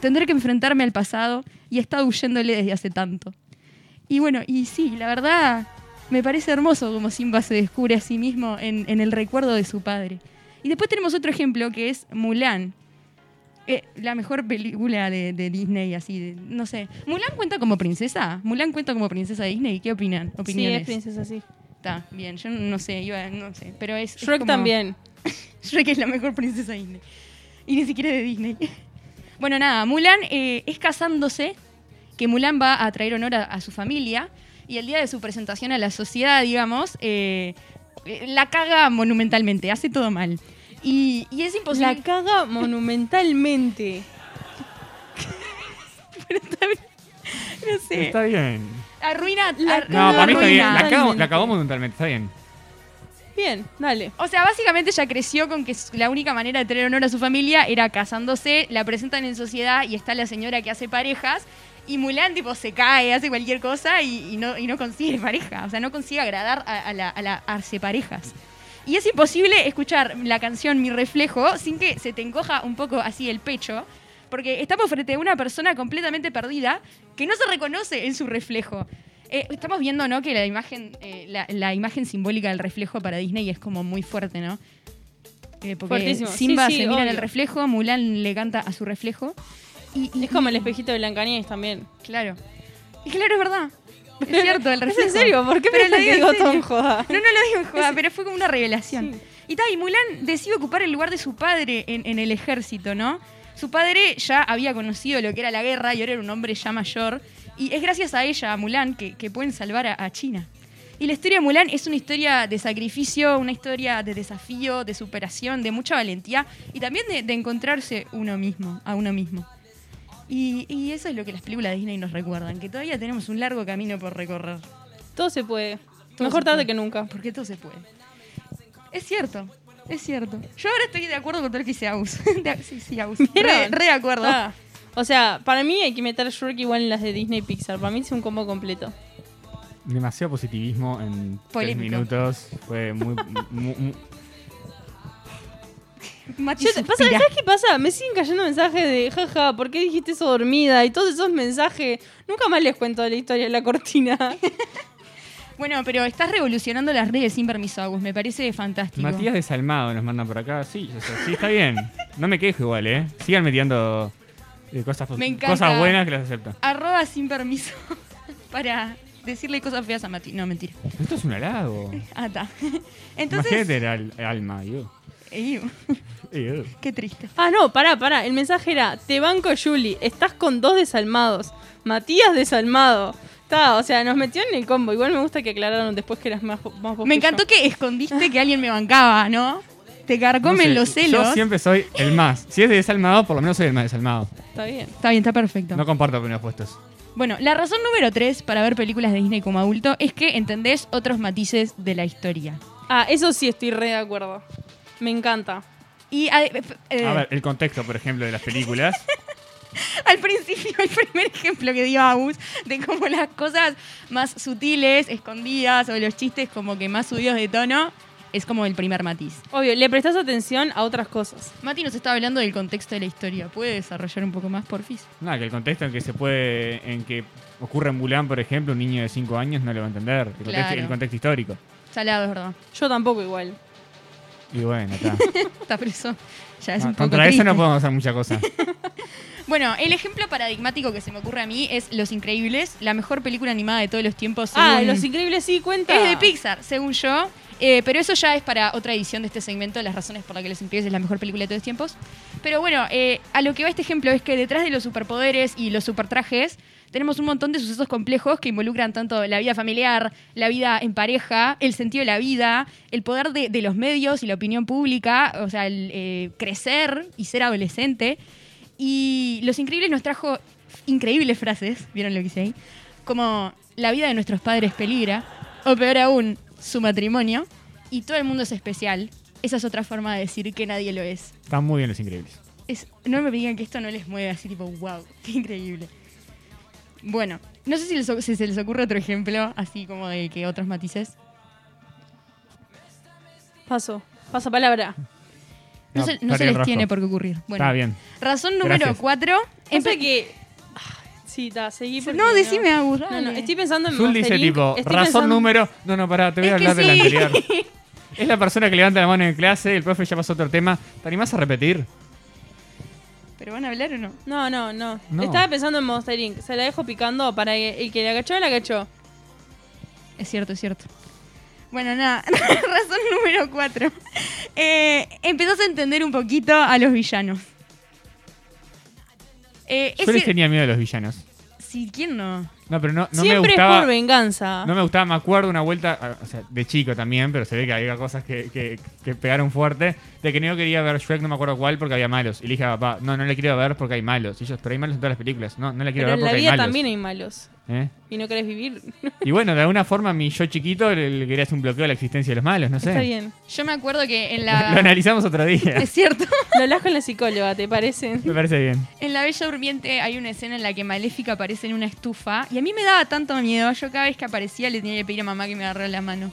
Speaker 4: Tendré que enfrentarme al pasado y he estado huyéndole desde hace tanto. Y bueno, y sí, la verdad, me parece hermoso como Simba se descubre a sí mismo en, en el recuerdo de su padre. Y después tenemos otro ejemplo que es Mulan. Eh, la mejor película de, de Disney, así, de- no sé. ¿Mulan cuenta como princesa? ¿Mulan cuenta como princesa de Disney? ¿Qué opinan?
Speaker 3: Sí,
Speaker 4: Opiniones.
Speaker 3: es princesa, sí.
Speaker 4: Está, bien, yo no sé, iba, no sé, pero es... es
Speaker 3: Shrek
Speaker 4: como-
Speaker 3: también.
Speaker 4: Shrek es la mejor princesa Disney. Y ni siquiera es de Disney. [LAUGHS] Bueno, nada, Mulan eh, es casándose, que Mulan va a traer honor a, a su familia, y el día de su presentación a la sociedad, digamos, eh, eh, la caga monumentalmente, hace todo mal. Y, y es imposible...
Speaker 3: La caga monumentalmente.
Speaker 4: no sé,
Speaker 2: Está bien.
Speaker 4: Arruina...
Speaker 3: La
Speaker 4: ar-
Speaker 2: No, para mí está bien. La
Speaker 4: arruina.
Speaker 2: acabo,
Speaker 3: Totalmente.
Speaker 2: la acabó mentalmente, está bien.
Speaker 3: Bien, dale.
Speaker 4: O sea, básicamente ella creció con que su- la única manera de tener honor a su familia era casándose, la presentan en sociedad y está la señora que hace parejas. Y Mulan, tipo, se cae, hace cualquier cosa y, y no, y no consigue pareja. O sea, no consigue agradar a, a la, a la- a hacer parejas. Y es imposible escuchar la canción Mi Reflejo sin que se te encoja un poco así el pecho. Porque estamos frente a una persona completamente perdida que no se reconoce en su reflejo. Eh, estamos viendo, ¿no? Que la imagen, eh, la, la imagen simbólica del reflejo para Disney es como muy fuerte, ¿no? Eh, porque
Speaker 3: Fuertísimo. Sí,
Speaker 4: Simba se
Speaker 3: sí,
Speaker 4: mira en el
Speaker 3: obvio.
Speaker 4: reflejo, Mulan le canta a su reflejo. Y, y-
Speaker 3: Es como el espejito de Blancanieves también.
Speaker 4: Claro. Y claro, es verdad. Es cierto, el
Speaker 3: [LAUGHS] ¿Es
Speaker 4: reflejo.
Speaker 3: en serio? ¿Por qué
Speaker 4: Pero
Speaker 3: piensan
Speaker 4: lo
Speaker 3: que
Speaker 4: digo
Speaker 3: digo
Speaker 4: en
Speaker 3: todo en
Speaker 4: serio.
Speaker 3: joda?
Speaker 4: No, no lo digo en joda, pero fue como una revelación.
Speaker 3: Sí.
Speaker 4: Y tal, y Mulan decide ocupar el lugar de su padre en, en el ejército, ¿no? Su padre ya había conocido lo que era la guerra y ahora era un hombre ya mayor. Y es gracias a ella, a Mulan, que, que pueden salvar a, a China. Y la historia de Mulan es una historia de sacrificio, una historia de desafío, de superación, de mucha valentía y también de, de encontrarse uno mismo, a uno mismo. Y, y eso es lo que las películas de Disney nos recuerdan, que todavía tenemos un largo camino por recorrer.
Speaker 3: Todo se puede.
Speaker 4: Todo
Speaker 3: Mejor
Speaker 4: se
Speaker 3: tarde
Speaker 4: puede.
Speaker 3: que nunca.
Speaker 4: Porque todo se puede. Es cierto, es cierto. Yo ahora estoy de acuerdo con todo lo que dice Agus. [LAUGHS] De- sí, sí,
Speaker 3: [LAUGHS]
Speaker 4: Agus. Re,
Speaker 3: ¿Vieron?
Speaker 4: re de acuerdo.
Speaker 3: Ah. O sea, para mí hay que meter Shrek igual en las de Disney y Pixar. Para mí es un combo completo.
Speaker 2: Demasiado positivismo en tres
Speaker 4: Polémico.
Speaker 2: minutos. Fue muy. mu- mu-
Speaker 4: Mati
Speaker 3: Yo te- pasa,
Speaker 4: suspira.
Speaker 3: ¿Sabes qué pasa? Me siguen cayendo mensajes de jaja, ¿por qué dijiste eso dormida? Y todos esos mensajes. Nunca más les cuento la historia de la
Speaker 4: [LAUGHS]
Speaker 3: cortina.
Speaker 4: Bueno, pero estás revolucionando las redes sin permiso, Agus. Me parece fantástico.
Speaker 2: Matías Desalmado nos manda por acá. Sí, o sea, sí, está bien. No me quejo igual, ¿eh? Sigan metiendo eh, cosas, pos-
Speaker 4: Me encanta.
Speaker 2: cosas buenas que las acepto.
Speaker 4: Arroba sin permiso [LAUGHS] para decirle cosas feas a Mati. No, mentira.
Speaker 2: Esto es un halago.
Speaker 4: Ah, está. [LAUGHS] Entonces.
Speaker 2: Imagínate el al- alma, yo.
Speaker 4: Ey, qué triste.
Speaker 3: ah, no, pará, pará. El mensaje era: Te banco, Julie. Estás con dos desalmados. Matías desalmado. Está, o sea, nos metió en el combo. Igual me gusta que aclararon después que eras más, más vos
Speaker 4: Me
Speaker 3: que
Speaker 4: encantó
Speaker 3: yo.
Speaker 4: que escondiste que alguien me bancaba, ¿no? Te carcomen
Speaker 2: No sé,
Speaker 4: los celos.
Speaker 2: Yo siempre soy el más. Si es de desalmado, por lo menos soy el más desalmado.
Speaker 3: Está bien.
Speaker 4: Está bien, está perfecto.
Speaker 2: No comparto primeros puestos.
Speaker 4: Bueno, la razón número tres para ver películas de Disney como adulto es que entendés otros matices de la historia.
Speaker 3: Ah, eso sí estoy re de acuerdo. Me encanta.
Speaker 4: Y a- eh, eh,
Speaker 2: A ver, el contexto, por ejemplo, de las
Speaker 4: [LAUGHS]
Speaker 2: películas.
Speaker 4: al principio, [LAUGHS] el primer ejemplo que dio Agus de cómo las cosas más sutiles, escondidas o los chistes como que más subidos de tono, es como el primer matiz.
Speaker 3: Obvio, le prestás atención a otras cosas.
Speaker 4: Mati nos está hablando del contexto de la historia. ¿Puede desarrollar un poco más, porfis?
Speaker 2: Nada, que el contexto en que se puede, en que ocurre en Mulan, por ejemplo, un niño de 5 años no lo va a entender. El contexto,
Speaker 4: Claro.
Speaker 2: el contexto histórico.
Speaker 4: Salado, es verdad. [LAUGHS]
Speaker 3: Yo tampoco igual.
Speaker 2: Y bueno, está.
Speaker 4: Está preso. Ya es
Speaker 2: No,
Speaker 4: un poco
Speaker 2: contra eso
Speaker 4: triste.
Speaker 2: no podemos hacer mucha
Speaker 4: [LAUGHS]
Speaker 2: cosa.
Speaker 4: Bueno, el ejemplo paradigmático que se me ocurre a mí es Los Increíbles, la mejor película animada de todos los tiempos.
Speaker 3: Ah,
Speaker 4: según-
Speaker 3: Los Increíbles sí cuenta.
Speaker 4: Es de Pixar, según yo. Eh, pero eso ya es para otra edición de este segmento, las razones por las que Los Increíbles es la mejor película de todos los tiempos. Pero bueno, eh, a lo que va este ejemplo es que detrás de los superpoderes y los supertrajes tenemos un montón de sucesos complejos que involucran tanto la vida familiar, la vida en pareja, el sentido de la vida, el poder de, de los medios y la opinión pública, o sea, el eh, crecer y ser adolescente. Y Los Increíbles nos trajo increíbles frases, ¿vieron lo que hice ahí? Como la vida de nuestros padres peligra, o peor aún, su matrimonio, y todo el mundo es especial. Esa es otra forma de decir que nadie lo es.
Speaker 2: Están muy bien los increíbles.
Speaker 4: es no me digan que esto no les mueve así tipo, wow, qué increíble. Bueno, no sé si, les o- si se les ocurre otro ejemplo, así como de que otros matices.
Speaker 3: Paso, pasa palabra.
Speaker 4: No,
Speaker 2: No,
Speaker 4: se, no
Speaker 2: está
Speaker 4: se
Speaker 2: bien,
Speaker 4: les
Speaker 2: Rafa.
Speaker 4: tiene por qué ocurrir. Bueno,
Speaker 2: Está bien.
Speaker 4: Razón número
Speaker 2: Gracias.
Speaker 4: 4.
Speaker 3: Pasa que... Ah, Sí, está, seguí. porque
Speaker 4: No, decime, Agus.
Speaker 3: No, no,
Speaker 4: dale.
Speaker 3: estoy pensando en
Speaker 2: Zul dice
Speaker 3: Mastering,
Speaker 2: tipo,
Speaker 3: estoy
Speaker 2: razón
Speaker 3: pensando-
Speaker 2: número. No, no, pará, te voy a
Speaker 4: Es que
Speaker 2: hablar de la
Speaker 4: sí.
Speaker 2: anterior.
Speaker 4: [LAUGHS]
Speaker 2: Es la persona que levanta la mano en clase, el profe ya pasó a otro tema. ¿Te animás a repetir?
Speaker 4: ¿Pero van a hablar o no?
Speaker 3: No, no, no,
Speaker 2: No.
Speaker 3: Estaba pensando en Monster Inc. Se la dejo picando para que el que la agachó, la agachó.
Speaker 4: Es cierto, es cierto. Bueno, nada, [LAUGHS] razón número cuatro. Eh, empezás a entender un poquito a los villanos. Eh, es
Speaker 2: Yo les
Speaker 4: cier-
Speaker 2: tenía miedo a los villanos.
Speaker 4: Sí, ¿quién no?
Speaker 2: No, pero no, no me
Speaker 3: Siempre es
Speaker 2: gustaba.
Speaker 3: por venganza.
Speaker 2: No me gustaba, me acuerdo una vuelta, ah, o sea, de chico también, pero se ve que había cosas que, que- que pegaron fuerte. De que no quería ver Shrek, no me acuerdo cuál, porque había malos. Y le dije a papá, no, no la quiero ver porque hay malos. Y yo, pero hay malos en todas las películas. No, no la quiero
Speaker 3: Pero en
Speaker 2: ver
Speaker 3: la
Speaker 2: porque hay
Speaker 3: vida
Speaker 2: malos.
Speaker 3: también hay malos.
Speaker 2: ¿Eh?
Speaker 3: Y no querés vivir. [LAUGHS]
Speaker 2: Y bueno, de alguna forma, mi yo chiquito le, le quería hacer un bloqueo a la existencia de los malos, no sé.
Speaker 3: Está bien. Ah.
Speaker 4: Yo me acuerdo que
Speaker 2: [LAUGHS]
Speaker 4: en
Speaker 2: Lo
Speaker 4: la.
Speaker 2: analizamos otro
Speaker 3: [LAUGHS]
Speaker 2: día.
Speaker 4: es cierto.
Speaker 3: Lo hablas con la psicóloga, ¿te parece?
Speaker 2: Me parece bien.
Speaker 4: En La Bella Durmiente hay una escena en la que Maléfica aparece en una estufa. Y a mí me daba tanto miedo. Yo cada vez que aparecía le tenía que pedir a mamá que me agarrara la mano.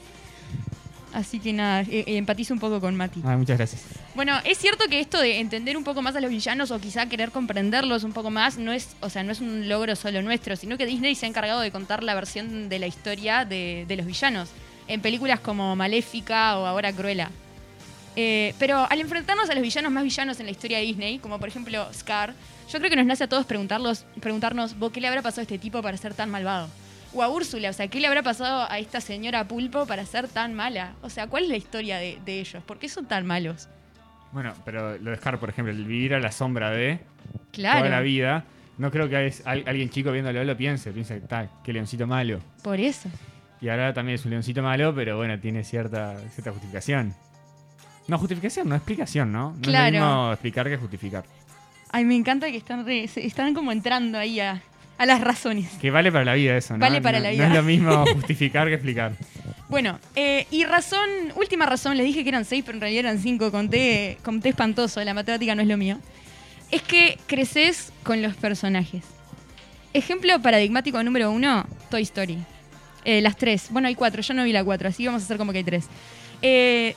Speaker 4: Así que nada, eh, eh, empatizo un poco con Mati.
Speaker 2: Ah, muchas gracias.
Speaker 4: Bueno, es cierto que esto de entender un poco más a los villanos o quizá querer comprenderlos un poco más no es, o sea, no es un logro solo nuestro, sino que Disney se ha encargado de contar la versión de la historia de, de los villanos en películas como Maléfica o ahora Cruella. Eh, pero al enfrentarnos a los villanos más villanos en la historia de Disney, como por ejemplo Scar, yo creo que nos nace a todos preguntarlos, preguntarnos, ¿vos qué le habrá pasado a este tipo para ser tan malvado? O a Úrsula, o sea, ¿qué le habrá pasado a esta señora Pulpo para ser tan mala? O sea, ¿cuál es la historia de, de ellos? ¿Por qué son tan malos?
Speaker 2: Bueno, pero lo de Scar, por ejemplo, el vivir a la sombra de
Speaker 4: Claro.
Speaker 2: toda la vida, no creo que es- al- alguien chico viéndolo lo piense. Piensa que, "Ta, qué leoncito malo.
Speaker 4: Por eso.
Speaker 2: Y ahora también es un leoncito malo, pero bueno, tiene cierta, cierta justificación. No, justificación, no explicación, ¿no? No
Speaker 4: Claro.
Speaker 2: es lo mismo explicar que justificar.
Speaker 4: Ay, me encanta que están, re- se- están como entrando ahí a, a las razones.
Speaker 2: Que vale para la vida eso, ¿no?
Speaker 4: Vale para
Speaker 2: No-
Speaker 4: la
Speaker 2: No
Speaker 4: vida.
Speaker 2: es lo
Speaker 4: [LAUGHS]
Speaker 2: mismo justificar que explicar.
Speaker 4: Bueno, eh, y razón, última razón, les dije que eran seis, pero en realidad eran cinco, conté, conté espantoso, la matemática no es lo mío. Es que creces con los personajes. Ejemplo paradigmático número uno, Toy Story. Eh, las tres, bueno, hay cuatro, yo no vi la cuatro, así que vamos a hacer como que hay tres. Eh,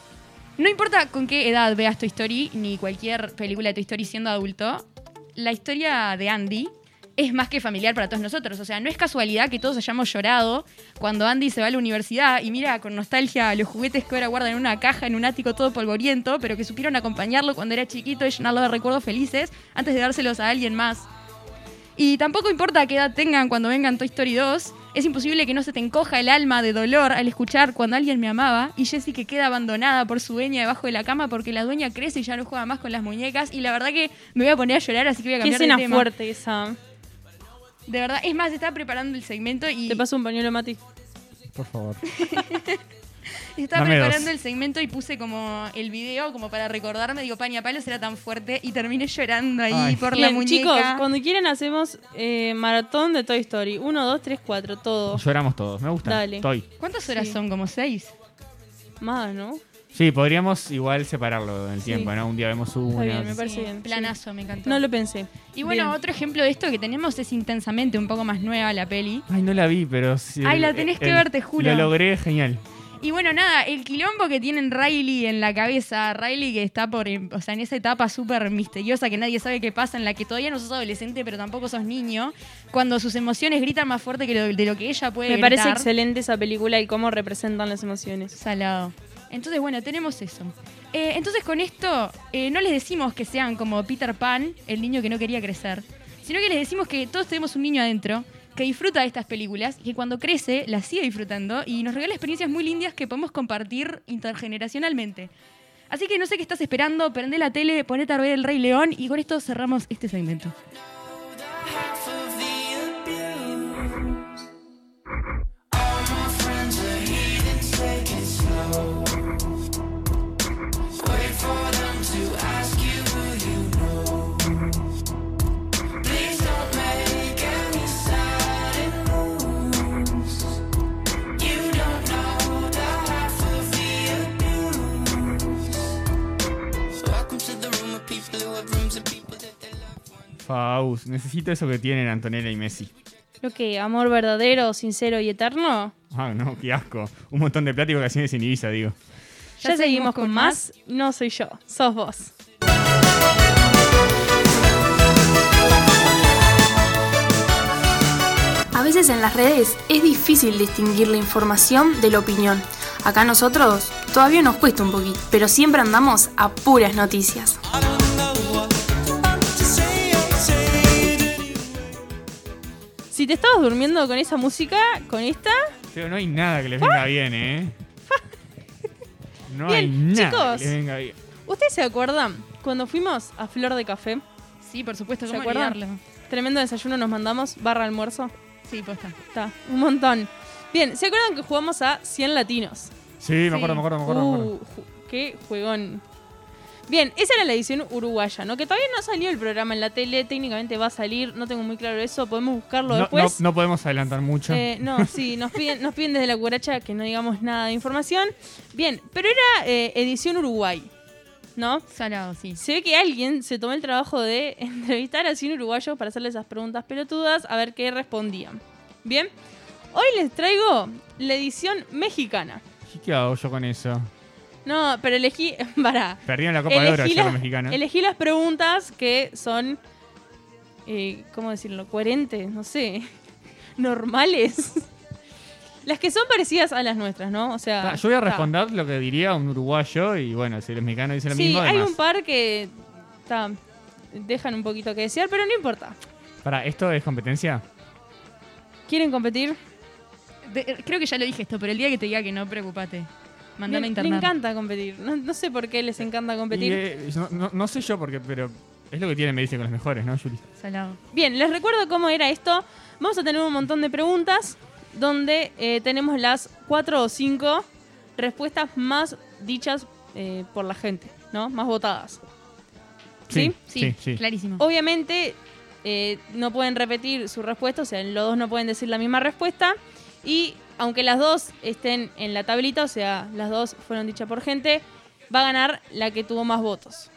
Speaker 4: no importa con qué edad veas Toy Story, ni cualquier película de Toy Story siendo adulto, la historia de Andy es más que familiar para todos nosotros. O sea, no es casualidad que todos hayamos llorado cuando Andy se va a la universidad y mira con nostalgia los juguetes que ahora guardan en una caja, en un ático todo polvoriento, pero que supieron acompañarlo cuando era chiquito y llenarlo de recuerdos felices antes de dárselos a alguien más. Y tampoco importa qué edad tengan cuando vengan Toy Story 2, es imposible que no se te encoja el alma de dolor al escuchar cuando alguien me amaba y Jessie que queda abandonada por su dueña debajo de la cama porque la dueña crece y ya no juega más con las muñecas y la verdad que me voy a poner a llorar así que voy a
Speaker 3: Qué
Speaker 4: cambiar de
Speaker 3: escena
Speaker 4: tema.
Speaker 3: fuerte esa.
Speaker 4: De verdad, es más, estaba preparando el segmento y
Speaker 3: Te paso un pañuelo, Mati.
Speaker 2: Por favor.
Speaker 4: estaba
Speaker 2: dame
Speaker 4: preparando
Speaker 2: dos.
Speaker 4: el segmento y puse como el video como para recordarme, digo, Paña Palos era tan fuerte y terminé llorando ahí
Speaker 2: Ay.
Speaker 4: por la
Speaker 3: Bien,
Speaker 4: muñeca.
Speaker 3: chicos, cuando quieran hacemos eh, maratón de Toy Story. Uno, dos, tres, cuatro, todo.
Speaker 2: Lloramos todos, me gusta.
Speaker 3: Dale.
Speaker 2: Toy.
Speaker 4: ¿Cuántas horas
Speaker 3: Sí.
Speaker 4: son? ¿Como seis?
Speaker 3: Más, ¿no?
Speaker 2: Sí, podríamos igual separarlo en el tiempo, ¿no? Un día vemos una.
Speaker 3: bien, me parece bien, sí.
Speaker 4: Planazo, me encantó.
Speaker 3: No lo pensé.
Speaker 4: y bueno,
Speaker 3: Bien.
Speaker 4: otro ejemplo de esto que tenemos es intensamente un poco más nueva la peli.
Speaker 2: Ay, no la vi, pero sí.
Speaker 4: Ay, la tenés que ver, te juro.
Speaker 2: Lo logré, genial.
Speaker 4: Y bueno, nada, el quilombo que tienen Riley en la cabeza, Riley que está por, em, o sea, en esa etapa súper misteriosa que nadie sabe qué pasa, en la que todavía no sos adolescente, pero tampoco sos niño, cuando sus emociones gritan más fuerte que lo- de lo que ella puede
Speaker 3: Me
Speaker 4: gritar.
Speaker 3: parece excelente esa película y cómo representan las emociones.
Speaker 4: Salado. Entonces, bueno, tenemos eso. Eh, entonces, con esto, eh, no les decimos que sean como Peter Pan, el niño que no quería crecer, sino que les decimos que todos tenemos un niño adentro que disfruta de estas películas y que cuando crece las sigue disfrutando y nos regala experiencias muy lindas que podemos compartir intergeneracionalmente. Así que no sé qué estás esperando, prende la tele, ponete a ver El Rey León y con esto cerramos este segmento.
Speaker 5: half of the abuse. All my friends are heathens, take it slow. Wait for them to ask you who you know. Please don't make any sudden moves. You don't know the half of the abuse. Welcome to the room of people who have rooms and people that they love.
Speaker 2: Faust, necesito eso que tienen Antonella y Messi.
Speaker 3: Lo que, amor verdadero, sincero y eterno.
Speaker 2: Ah, no, qué asco. Un montón de pláticas y vacaciones en Ibiza, digo.
Speaker 3: Ya, seguimos, con más. No soy yo, sos vos.
Speaker 1: A veces en las redes es difícil distinguir la información de la opinión. Acá nosotros todavía nos cuesta un poquito, pero siempre andamos a puras noticias.
Speaker 3: Si te estabas durmiendo con esa música, con esta,
Speaker 2: Pero no hay nada que les venga bien, ¿eh? No hay
Speaker 3: Bien,
Speaker 2: nada
Speaker 3: chicos.
Speaker 2: que les venga bien.
Speaker 3: ¿ustedes se acuerdan cuando fuimos a Flor de Café?
Speaker 4: Sí, por supuesto,
Speaker 3: ¿Se
Speaker 4: ¿cómo
Speaker 3: acuerdan?
Speaker 4: olvidarlo?
Speaker 3: Tremendo desayuno nos mandamos, barra almuerzo.
Speaker 4: Sí, posta.
Speaker 3: Está, un montón. Bien, ¿se acuerdan que jugamos a 100 latinos?
Speaker 2: Sí, me acuerdo, me acuerdo, me acuerdo. me acuerdo.
Speaker 3: Uh, ju- qué juegón. Bien, esa era la edición uruguaya, ¿no? Que todavía no salió el programa en la tele, técnicamente va a salir, no tengo muy claro eso, podemos buscarlo
Speaker 2: No, no-
Speaker 3: después.
Speaker 2: no podemos adelantar mucho.
Speaker 3: Eh, no, sí, nos piden, nos piden desde la cucaracha que no digamos nada de información. Bien, pero era eh, edición Uruguay, ¿no?
Speaker 4: Salado, sí.
Speaker 3: Se ve que alguien se tomó el trabajo de [LAUGHS] entrevistar a 100 uruguayos para hacerle esas preguntas pelotudas, a ver qué respondían. Bien, hoy les traigo la edición mexicana.
Speaker 2: ¿Qué- ¿Qué hago yo con eso?
Speaker 3: No, pero elegí, [LAUGHS] para,
Speaker 2: Perdieron la Copa de Oro ayer los mexicanos.
Speaker 3: elegí las preguntas que son, eh, ¿cómo decirlo? Coherentes, no sé, [LAUGHS] normales. [LAUGHS] Las que son parecidas a las nuestras, ¿no? O sea...
Speaker 2: Ah, yo voy a
Speaker 3: ta.
Speaker 2: responder lo que diría un uruguayo y bueno, si los mexicanos dicen lo
Speaker 3: Sí,
Speaker 2: mismo,
Speaker 3: hay
Speaker 2: además.
Speaker 3: un par que ta, dejan un poquito que desear, pero no importa.
Speaker 2: Para, ¿esto es competencia?
Speaker 3: ¿Quieren competir?
Speaker 4: De- eh, creo que ya lo dije esto, pero el día que te diga que no, preocupate. Mandame a
Speaker 3: le, le
Speaker 4: internar.
Speaker 3: encanta competir. No, no sé por qué les encanta competir.
Speaker 2: Y, eh, no, no- no sé yo porque, pero es lo que tienen, me dice con los mejores, ¿no, Juli?
Speaker 4: Salado.
Speaker 3: Bien, les recuerdo cómo era esto. Vamos a tener un montón de preguntas donde eh, tenemos las cuatro o cinco respuestas más dichas eh, por la gente, ¿no? Más votadas. ¿Sí?
Speaker 4: Sí,
Speaker 2: sí.
Speaker 4: clarísimo.
Speaker 3: Oh. Obviamente eh, no pueden repetir su respuesta, o sea, los dos no pueden decir la misma respuesta. Y aunque las dos estén en la tablita, o sea, las dos fueron dichas por gente, va a ganar la que tuvo más votos.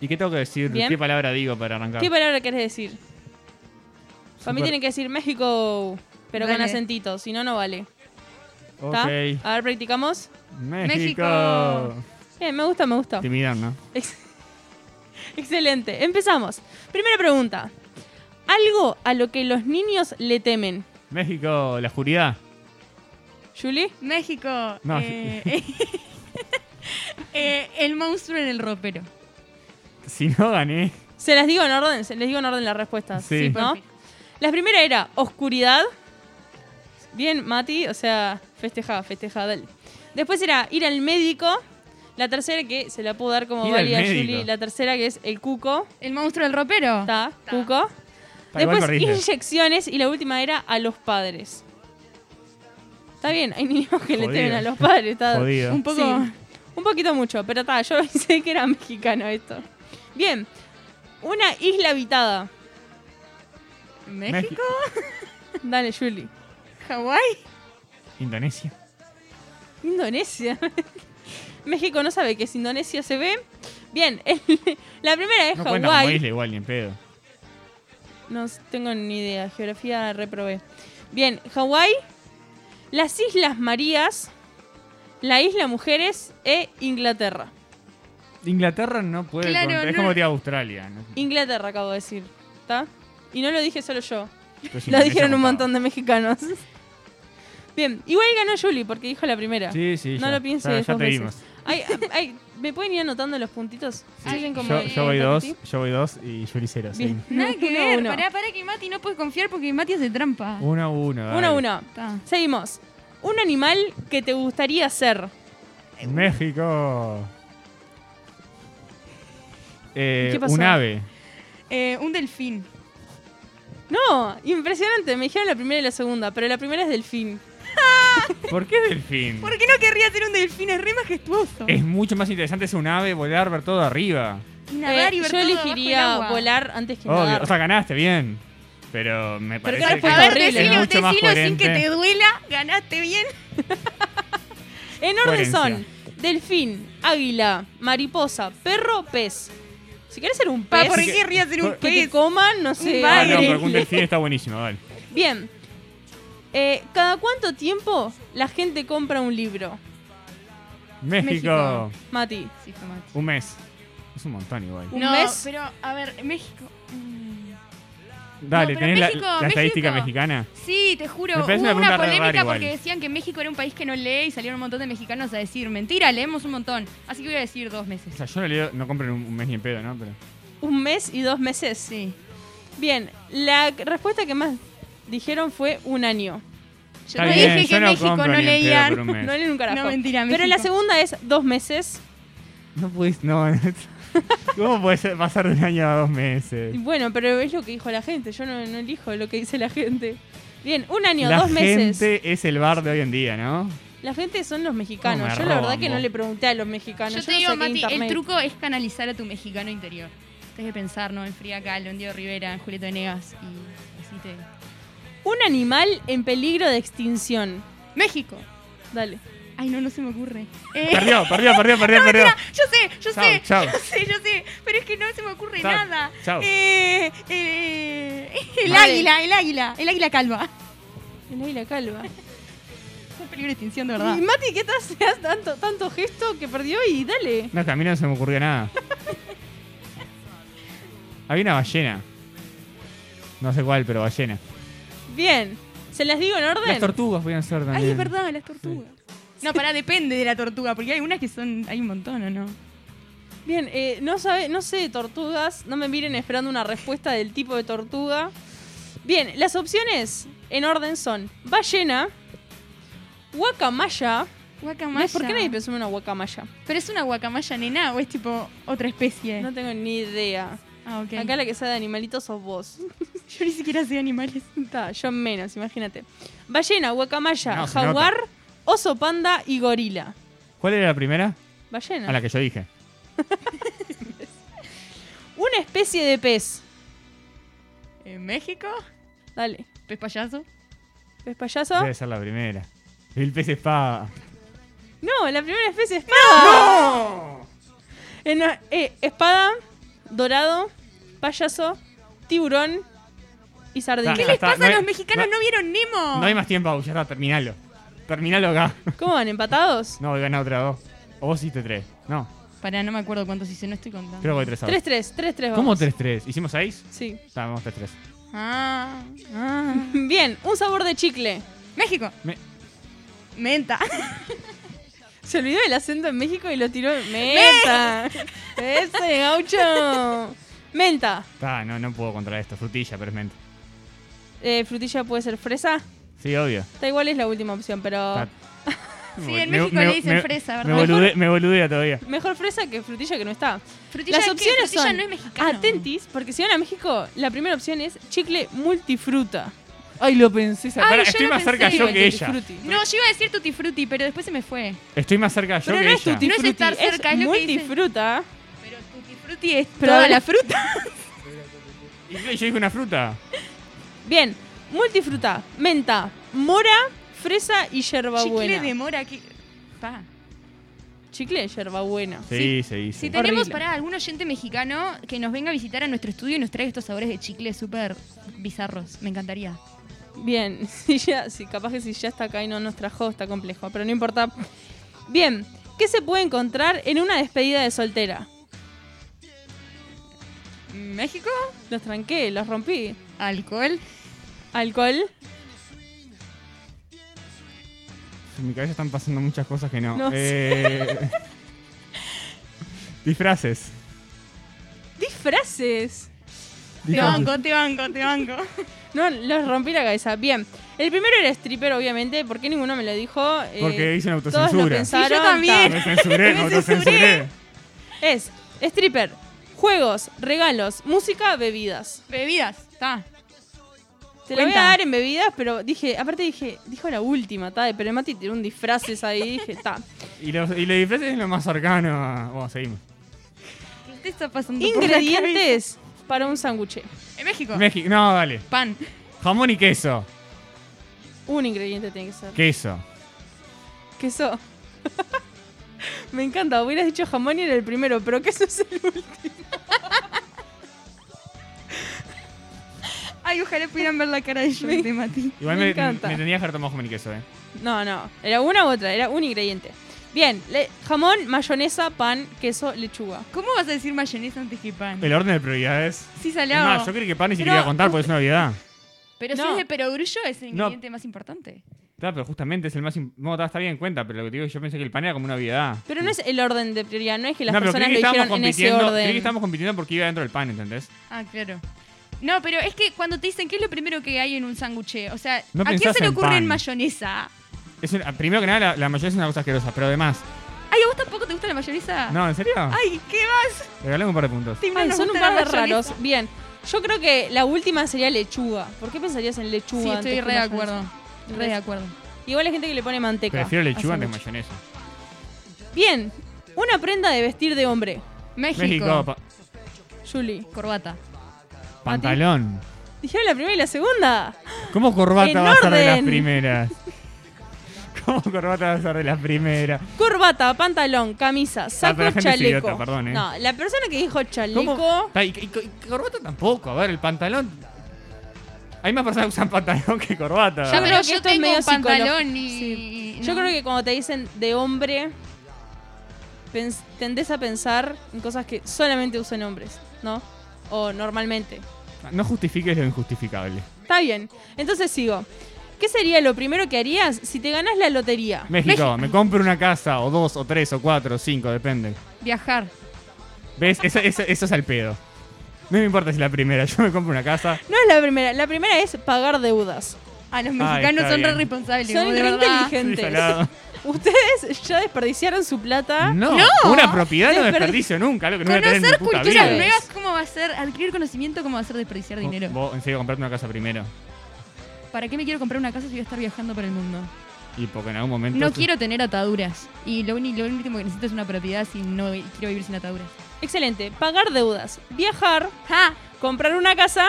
Speaker 2: ¿Y qué tengo que decir?
Speaker 3: Bien.
Speaker 2: ¿Qué palabra digo para arrancar?
Speaker 3: ¿Qué palabra querés decir? Para mí
Speaker 2: Super-
Speaker 3: tienen que decir México, pero con
Speaker 4: Dale.
Speaker 3: acentito, si no, no vale. ¿Está?
Speaker 2: Ok.
Speaker 3: A ver, practicamos.
Speaker 2: México.
Speaker 3: Bien, me gusta, me gusta.
Speaker 2: Intimidan, ¿no?
Speaker 3: Ex- Excelente. Empezamos. Primera pregunta. Algo a lo que los niños le temen.
Speaker 2: México, la oscuridad.
Speaker 3: ¿Julie?
Speaker 4: México.
Speaker 2: No.
Speaker 4: eh, [LAUGHS] eh, el monstruo en el ropero.
Speaker 2: Si no gané.
Speaker 3: Se las digo en orden, se les digo en orden las respuestas.
Speaker 2: Sí. Sí,
Speaker 3: ¿no?
Speaker 4: porfi.
Speaker 3: La primera era oscuridad. Bien, Mati, o sea, festejada, festejada. dale. Después era ir al médico. La tercera que se la puedo dar como
Speaker 2: Ir al
Speaker 3: válida a
Speaker 2: médico.
Speaker 3: Julie. La tercera que es el cuco.
Speaker 4: El monstruo del ropero.
Speaker 3: Está, cuco.
Speaker 2: Está, igual
Speaker 3: Después
Speaker 2: perdiste.
Speaker 3: inyecciones y la última era a los padres. Está bien, hay niños que le
Speaker 2: Jodido.
Speaker 3: temen a los padres. Está
Speaker 2: Jodido.
Speaker 3: un poco,
Speaker 4: Sí.
Speaker 3: un poquito mucho, pero está, yo [LAUGHS] pensé que era mexicano esto. Bien, una isla habitada.
Speaker 4: México.
Speaker 3: Dale, Julie.
Speaker 4: Hawái.
Speaker 2: Indonesia.
Speaker 3: Indonesia. [LAUGHS] México no sabe que es Indonesia se ve. Bien, [LAUGHS] la primera es
Speaker 2: No cuenta como
Speaker 3: Hawái.
Speaker 2: isla igual, ni en pedo.
Speaker 3: No s- tengo ni idea, geografía reprobé. Bien, Hawái, las Islas Marías, la Isla Mujeres e Inglaterra.
Speaker 2: Inglaterra no puede
Speaker 4: Claro,
Speaker 2: contar. Es
Speaker 4: no-
Speaker 2: como tía Australia. ¿no?
Speaker 3: Inglaterra acabo de decir, ¿está? Y no lo dije solo
Speaker 2: [LAUGHS]
Speaker 3: yo,
Speaker 2: Pero es
Speaker 3: lo
Speaker 2: Indonesia
Speaker 3: dijeron un
Speaker 2: contado.
Speaker 3: montón de mexicanos. [LAUGHS] Bien, igual ganó Julie porque dijo la primera.
Speaker 2: Sí, sí.
Speaker 3: No
Speaker 2: ya.
Speaker 3: lo pienses
Speaker 2: Ya, ya
Speaker 3: dos
Speaker 2: te
Speaker 3: veces.
Speaker 2: dimos.
Speaker 3: Ay, ay, ¿Me pueden ir anotando los puntitos?
Speaker 4: Sí.
Speaker 3: Siguen como-
Speaker 2: Yo, yo voy
Speaker 3: eh,
Speaker 2: dos,
Speaker 3: ¿sí?
Speaker 2: yo voy dos y Yuri cero. sí.
Speaker 3: Bien.
Speaker 4: Nada que
Speaker 3: Uno,
Speaker 4: ver.
Speaker 3: uno.
Speaker 4: Pará, pará que Mati no puedes confiar porque Mati hace trampa.
Speaker 2: Uno a uno. dale.
Speaker 3: Uno a uno.
Speaker 4: Está.
Speaker 3: Seguimos. Un animal que te gustaría ser.
Speaker 2: México. Eh,
Speaker 3: ¿Qué pasó?
Speaker 2: Un ave.
Speaker 4: Eh, un delfín.
Speaker 3: No, impresionante. Me dijeron la primera y la segunda, pero la primera es delfín.
Speaker 2: ¿Por qué delfín?
Speaker 4: ¿Por qué no querría ser un delfín? Es re majestuoso.
Speaker 2: Es mucho más interesante ser un ave, volar, ver todo arriba.
Speaker 4: Y nadar
Speaker 3: Eh,
Speaker 4: y ver
Speaker 3: yo
Speaker 4: todo bajo el
Speaker 3: elegiría
Speaker 4: agua.
Speaker 3: volar antes que
Speaker 2: Obvio.
Speaker 3: nadar.
Speaker 2: O sea, ganaste bien. Pero me parece
Speaker 3: qué
Speaker 2: que
Speaker 3: respuesta
Speaker 2: es
Speaker 3: horrible.
Speaker 2: mucho
Speaker 4: decilo,
Speaker 2: más
Speaker 4: decilo sin que te
Speaker 2: coherente.
Speaker 4: duela. Ganaste bien.
Speaker 3: en orden son
Speaker 2: coherencia.
Speaker 3: delfín, águila, mariposa, perro, pez. Si quieres ser un
Speaker 4: Pa,
Speaker 3: pez,
Speaker 4: ¿por
Speaker 2: que-
Speaker 4: qué querría ser un
Speaker 2: por-
Speaker 3: Pues que te
Speaker 4: pez?
Speaker 3: coman, no sé.
Speaker 4: Un
Speaker 2: Ah,
Speaker 4: bagre.
Speaker 2: no,
Speaker 3: algo.
Speaker 2: pero un delfín está buenísimo,
Speaker 4: [LAUGHS]
Speaker 2: vale.
Speaker 3: Bien. Eh, ¿Cada cuánto tiempo la gente compra un libro?
Speaker 2: México.
Speaker 4: México.
Speaker 3: Mati.
Speaker 4: Sí, fue Mati.
Speaker 2: Un mes. Es un montón igual.
Speaker 3: ¿Un
Speaker 4: no,
Speaker 3: mes?
Speaker 4: pero a ver, México. mm.
Speaker 2: Dale,
Speaker 4: pero
Speaker 2: ¿tenés la-
Speaker 4: México,
Speaker 2: la, estadística
Speaker 4: México.
Speaker 2: mexicana?
Speaker 4: Sí, te juro,
Speaker 2: Me
Speaker 4: hubo
Speaker 2: parece una pregunta
Speaker 4: una
Speaker 2: re rara
Speaker 4: polémica
Speaker 2: igual.
Speaker 4: porque decían que México era un país que no lee y salieron un montón de mexicanos a decir, mentira, leemos un montón. Así que voy a decir dos meses.
Speaker 2: O sea, yo no, leo, no compro en un, un mes ni en pedo, ¿no? Pero
Speaker 3: Un mes y dos meses.
Speaker 4: Sí.
Speaker 3: Bien, la respuesta que más dijeron fue un año.
Speaker 4: Yo
Speaker 2: Está
Speaker 4: te
Speaker 2: bien,
Speaker 4: dije
Speaker 2: yo
Speaker 4: que en
Speaker 2: no
Speaker 4: México
Speaker 2: compro
Speaker 4: no
Speaker 2: ni en pedo
Speaker 4: leían.
Speaker 2: por un mes.
Speaker 3: No leen un carajo.
Speaker 4: [LAUGHS] No, mentira,
Speaker 3: Pero la
Speaker 4: México.
Speaker 3: segunda es dos meses.
Speaker 2: No pudiste, [LAUGHS] no. ¿Cómo puede ser pasar de un año a dos meses?
Speaker 3: Y Bueno, pero es lo que dijo la gente. Yo no, no elijo lo que dice la gente. Bien, un año,
Speaker 2: la
Speaker 3: dos
Speaker 2: gente
Speaker 3: meses.
Speaker 2: es el bar de hoy en día, ¿no?
Speaker 4: [LAUGHS]
Speaker 3: La gente son los mexicanos.
Speaker 2: No me
Speaker 3: yo la verdad
Speaker 2: roban,
Speaker 3: que no
Speaker 2: vos.
Speaker 3: le pregunté a los mexicanos.
Speaker 4: Yo te
Speaker 3: no
Speaker 4: digo,
Speaker 3: saqué
Speaker 4: Mati, el
Speaker 3: internet.
Speaker 4: truco es canalizar a tu mexicano interior. Tienes que pensar, ¿no? En Frida Kahlo, en Diego Rivera, en Julieta Venegas y así te...
Speaker 3: Un animal en peligro de extinción.
Speaker 4: ¡México!
Speaker 3: Dale.
Speaker 4: Ay, no, no se me ocurre. Eh,
Speaker 2: Perdió, perdió, perdió,
Speaker 4: [LAUGHS]
Speaker 2: perdió, perdió.
Speaker 4: yo sé, yo
Speaker 2: Chau,
Speaker 4: sé,
Speaker 2: chau.
Speaker 4: yo sé, yo sé, pero es que no se me ocurre
Speaker 2: Chau,
Speaker 4: nada.
Speaker 2: chau.
Speaker 4: Eh, eh, el
Speaker 3: Vale.
Speaker 4: águila, el águila, el águila calva.
Speaker 3: El águila calva.
Speaker 4: Es un peligro de extinción, de verdad.
Speaker 3: Y Mati, ¿qué tal [LAUGHS] seas tanto, tanto gesto que perdió? Y dale.
Speaker 2: No, es que a mí no se me ocurrió nada. Había una ballena. No sé cuál, pero ballena.
Speaker 3: Bien. ¿Se las digo en
Speaker 2: Las
Speaker 3: orden?
Speaker 2: tortugas podían ser también.
Speaker 4: Ay, es verdad, las tortugas. No, pará, depende de la tortuga, porque hay unas que son. Hay un montón, ¿o no?
Speaker 3: Bien, eh, no, sabe, no sé de tortugas, no me miren esperando una respuesta del tipo de tortuga. Bien, las opciones en orden son ballena, guacamaya.
Speaker 4: Guacamaya.
Speaker 3: ¿Ves? ¿Por qué nadie pensó en una guacamaya?
Speaker 4: Pero es una guacamaya nena o es tipo otra especie.
Speaker 3: No tengo ni idea.
Speaker 4: Ah, ok.
Speaker 3: Acá la que sabe de animalitos sos vos.
Speaker 4: [LAUGHS] Yo ni siquiera sé animales.
Speaker 3: Ta, yo menos, imagínate. Ballena, guacamaya,
Speaker 2: No, se
Speaker 3: jaguar, oso panda y gorila.
Speaker 2: ¿Cuál era la primera?
Speaker 3: Ballena.
Speaker 2: A la que yo dije.
Speaker 3: Una especie de pez.
Speaker 4: ¿En México?
Speaker 3: Dale.
Speaker 4: ¿Pez payaso?
Speaker 3: ¿Pez payaso?
Speaker 2: Debe ser la primera. El pez espada.
Speaker 3: No, la primera especie es espada. ¡No! eh, espada, dorado, payaso, tiburón y sardina.
Speaker 2: ¿Qué
Speaker 4: ¿Qué les
Speaker 2: está,
Speaker 4: pasa
Speaker 2: no
Speaker 4: a
Speaker 2: hay-
Speaker 4: los mexicanos?
Speaker 2: no-
Speaker 4: ¿No, vieron Nemo?
Speaker 2: No hay más tiempo, ya está, terminalo. Terminalo acá. [LAUGHS]
Speaker 3: ¿Cómo van? ¿Empatados?
Speaker 2: No, voy a ganar otra dos. O vos hiciste tres. No,
Speaker 4: Pará, no me acuerdo cuántos hice, no estoy contando.
Speaker 2: creo que voy tres a dos.
Speaker 3: 3-3, 3-3.
Speaker 2: ¿Cómo
Speaker 3: vamos.
Speaker 2: 3-3? ¿Hicimos 6?
Speaker 3: Sí.
Speaker 2: Estábamos 3-3.
Speaker 4: Ah, ah.
Speaker 3: Bien, un sabor de chicle.
Speaker 4: México.
Speaker 2: Me-
Speaker 4: Menta.
Speaker 3: Se olvidó el acento en México y lo tiró en menta. Ese gaucho. Menta.
Speaker 2: Ah, no, no puedo contra esto. Frutilla, pero es menta.
Speaker 3: Eh, frutilla puede ser fresa.
Speaker 2: Sí, obvio.
Speaker 3: Da igual, es la última opción, pero.
Speaker 2: Ah.
Speaker 3: [LAUGHS]
Speaker 4: Sí, en México le dicen fresa, ¿verdad?
Speaker 2: Me boludea, me boludea todavía.
Speaker 3: Mejor fresa que frutilla que no está.
Speaker 4: Frutilla
Speaker 3: Las
Speaker 4: ¿qué?
Speaker 3: opciones
Speaker 4: Frutilla
Speaker 3: son
Speaker 4: no es mexicano.
Speaker 3: atentis, porque si van a México, la primera opción es chicle multifruta. Ah,
Speaker 2: Ay, lo pensé.
Speaker 4: Ay,
Speaker 2: Pará,
Speaker 4: yo
Speaker 2: estoy
Speaker 4: lo
Speaker 2: más cerca
Speaker 4: pensé.
Speaker 2: yo
Speaker 3: Chicle
Speaker 2: que ella.
Speaker 3: multifruti.
Speaker 4: No, yo iba a decir tutti frutti, pero después se me fue.
Speaker 2: Estoy más cerca yo
Speaker 3: Pero
Speaker 2: que
Speaker 3: no es
Speaker 2: ella.
Speaker 3: tutti
Speaker 4: No es
Speaker 3: frutti,
Speaker 4: estar cerca, es lo que dice.
Speaker 3: multifruta.
Speaker 4: Pero tutti frutti es
Speaker 3: Pero
Speaker 4: toda
Speaker 3: ahora- [LAUGHS]
Speaker 4: la fruta.
Speaker 2: Y yo yo dije una fruta.
Speaker 3: Bien, multifruta, menta, mora, fresa
Speaker 4: Chicle
Speaker 3: y yerbabuena.
Speaker 4: de mora. Que... Pa.
Speaker 3: chicle de yerbabuena.
Speaker 2: Sí, sí, sí.
Speaker 4: Si tenemos
Speaker 3: Horrible.
Speaker 4: para algún oyente mexicano que nos venga a visitar a nuestro estudio y nos traiga estos sabores de chicle súper bizarros, me encantaría.
Speaker 3: Bien, [LAUGHS] si ya, si capaz que si ya está acá y no nos trajo, está complejo, pero no importa. Bien, ¿qué se puede encontrar en una despedida de soltera?
Speaker 4: ¿México?
Speaker 3: Los tranqué, los rompí.
Speaker 4: ¿Alcohol?
Speaker 3: ¿Alcohol?
Speaker 2: En mi cabeza están pasando muchas cosas que no.
Speaker 3: No
Speaker 2: Eh, [LAUGHS] disfraces.
Speaker 3: ¡Disfraces!
Speaker 2: Disfraces.
Speaker 4: Te banco, te banco, te banco.
Speaker 3: No, los rompí la cabeza. Bien, el primero era stripper, obviamente, porque ninguno me lo dijo. Eh,
Speaker 2: Porque hice una
Speaker 3: Todos lo
Speaker 2: autocensura.
Speaker 3: pensaron.
Speaker 4: Y yo también.
Speaker 2: Me censuré, me autocensuré.
Speaker 3: ta. Es stripper, juegos, regalos, música, bebidas.
Speaker 4: Bebidas, está.
Speaker 3: Te lo voy
Speaker 4: Cuenta.
Speaker 3: a dar en bebidas, pero dije, aparte dije, dijo la última, ta, pero el Mati tiene un disfraces ahí, dije,
Speaker 4: [LAUGHS]
Speaker 3: ta.
Speaker 2: Y los, y los disfraces es lo más cercano a. Bueno, seguimos.
Speaker 4: ¿Qué te está pasando? por la
Speaker 3: Ingredientes para un sándwich.
Speaker 4: cabeza? En México.
Speaker 2: México. No, dale.
Speaker 4: Pan.
Speaker 2: Jamón y queso.
Speaker 3: Un ingrediente tiene que ser.
Speaker 2: Queso.
Speaker 3: Queso. [LAUGHS] Me encanta, hubieras dicho jamón y era el primero, pero queso es el último.
Speaker 4: Ay, ojalá pudieran ver la cara de yo de Mati.
Speaker 2: Igual
Speaker 3: Me
Speaker 2: me,
Speaker 3: encanta.
Speaker 2: me tendría que haber tomado jamón y queso, eh.
Speaker 3: No, no, era una u otra, era un ingrediente. Bien, le- jamón, mayonesa, pan, queso, lechuga.
Speaker 4: ¿Cómo vas a decir mayonesa antes que pan?
Speaker 2: El orden de prioridades.
Speaker 4: Sí,
Speaker 2: Es
Speaker 4: salado.
Speaker 2: más, yo creo que pan ni siquiera
Speaker 4: Pero-
Speaker 2: iba a contar porque es una obviedad.
Speaker 4: Pero
Speaker 3: No.
Speaker 4: si es de perogrullo, es el
Speaker 2: No.
Speaker 4: ingrediente más importante.
Speaker 2: Claro, pero justamente es el más. im- No, ta- está bien en cuenta, pero lo que te digo es que yo pensé que el pan era como una obviedad.
Speaker 3: Pero no es el orden de prioridad, no es que las
Speaker 2: no, pero
Speaker 3: personas
Speaker 2: creí
Speaker 3: lo
Speaker 2: que estábamos
Speaker 3: dijeron en ese
Speaker 2: compitiendo. creí que
Speaker 3: orden.
Speaker 2: estábamos compitiendo porque iba dentro del pan, ¿entendés?
Speaker 4: Ah, claro. No, pero es que cuando te dicen qué es lo primero que hay en un sándwich, o sea,
Speaker 2: No
Speaker 4: ¿a quién
Speaker 2: pensás
Speaker 4: se le
Speaker 2: en
Speaker 4: ocurre
Speaker 2: pan.
Speaker 4: en mayonesa?
Speaker 2: Es una- primero que nada, la, la mayonesa es una cosa asquerosa, pero además.
Speaker 4: Ay, ¿a vos tampoco te gusta la
Speaker 3: Ah.
Speaker 4: mayonesa?
Speaker 2: No, ¿en serio?
Speaker 4: Ay, ¿qué más?
Speaker 2: Regalame un par de puntos.
Speaker 4: Tim, no
Speaker 3: Ay,
Speaker 4: nos
Speaker 3: son un
Speaker 4: gusta la
Speaker 3: par de
Speaker 4: mayonesa.
Speaker 3: raros. Bien, yo creo que la última sería lechuga. ¿Por qué pensarías en lechuga?
Speaker 4: Sí,
Speaker 3: antes
Speaker 4: estoy
Speaker 3: que
Speaker 4: re de
Speaker 3: mayonesa?
Speaker 4: acuerdo. Re de acuerdo.
Speaker 3: Igual hay gente que le pone manteca.
Speaker 2: Prefiero lechuga
Speaker 3: al
Speaker 2: antes que
Speaker 3: sándwich.
Speaker 2: mayonesa.
Speaker 3: Bien, una prenda de vestir de hombre.
Speaker 4: México.
Speaker 2: México, pa-
Speaker 3: Julie.
Speaker 4: Corbata.
Speaker 2: pantalón.
Speaker 3: Dijeron la primera y la segunda.
Speaker 2: ¿Cómo corbata
Speaker 3: En
Speaker 2: va a ser de las
Speaker 3: orden.
Speaker 2: primeras? [LAUGHS] ¿Cómo corbata va a ser de las primeras?
Speaker 3: Corbata, pantalón, camisa, saco,
Speaker 2: Ah, pero la gente es
Speaker 3: chaleco.
Speaker 2: idiota, perdón, ¿eh?
Speaker 3: No, la persona que dijo
Speaker 2: ¿Cómo?
Speaker 3: chaleco.
Speaker 2: Ta, Y, y- y corbata tampoco, a ver, el pantalón. Hay más personas que usan pantalón que corbata.
Speaker 3: Ya, pero- creo
Speaker 4: Pero
Speaker 3: que
Speaker 4: yo
Speaker 3: esto es
Speaker 4: tengo
Speaker 3: medio
Speaker 4: un pantalón
Speaker 3: psicológico.
Speaker 4: y...
Speaker 3: Sí.
Speaker 4: y
Speaker 3: Yo
Speaker 4: no.
Speaker 3: creo que cuando te dicen de hombre, pens- tendés a pensar en cosas que solamente usan hombres, ¿no? O normalmente.
Speaker 2: No justifiques lo injustificable.
Speaker 3: Está bien. Entonces sigo. ¿Qué sería lo primero que harías si te ganas la lotería?
Speaker 2: México, me compro una casa, o dos, o tres, o cuatro, o cinco, depende.
Speaker 4: Viajar.
Speaker 2: ¿Ves? Eso, eso- eso es al pedo. No me importa si es la primera, [LAUGHS] yo me compro una casa.
Speaker 3: No es la primera. La primera es pagar deudas.
Speaker 4: A Ah, los
Speaker 2: Ah, está
Speaker 4: mexicanos son re
Speaker 2: bien.
Speaker 4: responsables.
Speaker 3: Son
Speaker 4: vos, de
Speaker 3: re
Speaker 4: verdad.
Speaker 2: Sí,
Speaker 3: inteligentes.
Speaker 2: salado.
Speaker 3: [LAUGHS] Ustedes ya desperdiciaron su plata.
Speaker 2: No, una propiedad no
Speaker 3: ¿Ah? Desperdi-
Speaker 2: desperdicio nunca, lo que no voy a tener en mi
Speaker 4: Conocer
Speaker 2: puta
Speaker 4: culturas
Speaker 2: vida.
Speaker 4: nuevas, ¿cómo va a ser? Adquirir conocimiento, ¿cómo va a ser desperdiciar dinero?
Speaker 2: Vos, en serio, comprarte una casa primero.
Speaker 4: ¿Para qué me quiero comprar una casa si voy a estar viajando por el mundo?
Speaker 2: Y porque en algún momento.
Speaker 4: no quiero tener ataduras. Y lo, uni- lo último que necesito es una propiedad si no vi- quiero vivir sin ataduras.
Speaker 3: Excelente. Pagar deudas. Viajar.
Speaker 4: ¡Ja!
Speaker 3: Comprar una casa.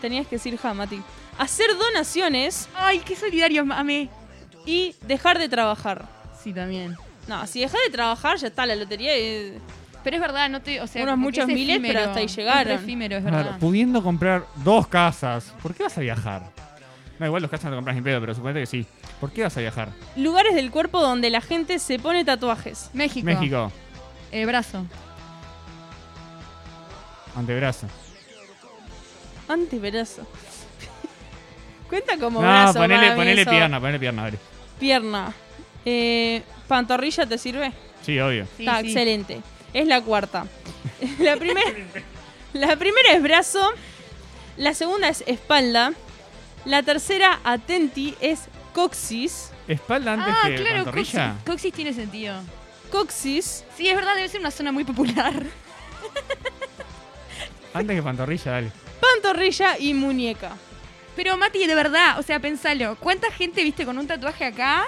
Speaker 3: Tenías que decir ja, Mati. Hacer donaciones
Speaker 4: ¡Ay, qué solidarios, mame!
Speaker 3: y dejar de trabajar.
Speaker 4: Sí, también.
Speaker 3: No, si dejas de trabajar ya está la lotería. eh,
Speaker 4: Pero es verdad, no te. O sea,
Speaker 3: Unos
Speaker 4: como que
Speaker 3: muchos
Speaker 4: es
Speaker 3: miles, pero
Speaker 4: efímero,
Speaker 3: hasta ahí
Speaker 4: es re
Speaker 3: llegaron.
Speaker 4: efímero, es
Speaker 2: A ver,
Speaker 4: verdad.
Speaker 2: pudiendo comprar dos casas, ¿por qué vas a viajar? No, igual dos casas no te compras ni pedo, pero suponete que sí. ¿Por qué vas a viajar?
Speaker 3: Lugares del cuerpo donde la gente se pone tatuajes.
Speaker 4: México.
Speaker 2: México,
Speaker 4: El brazo.
Speaker 2: antebrazo.
Speaker 3: Antebrazo. [LAUGHS] Cuenta como
Speaker 2: no,
Speaker 3: brazo. para
Speaker 2: ponele,
Speaker 3: mí
Speaker 2: ponele
Speaker 3: eso.
Speaker 2: pierna, ponele pierna, dale.
Speaker 3: Pierna. Eh, ¿Pantorrilla te sirve?
Speaker 2: Sí, obvio.
Speaker 4: Sí,
Speaker 3: Está,
Speaker 4: sí.
Speaker 3: excelente. Es la cuarta. [LAUGHS] La primera, la primera es brazo, la segunda es espalda, la tercera, atenti, es coxis.
Speaker 2: Espalda antes
Speaker 4: ah,
Speaker 2: que
Speaker 4: claro,
Speaker 2: pantorrilla.
Speaker 4: coxis, coxis tiene sentido.
Speaker 3: Coxis,
Speaker 4: Sí, es verdad, debe ser una zona muy popular. [LAUGHS]
Speaker 2: Antes que pantorrilla, dale.
Speaker 3: pantorrilla y muñeca.
Speaker 4: Pero Mati, de verdad, o sea, pensalo. ¿Cuánta gente viste con un tatuaje acá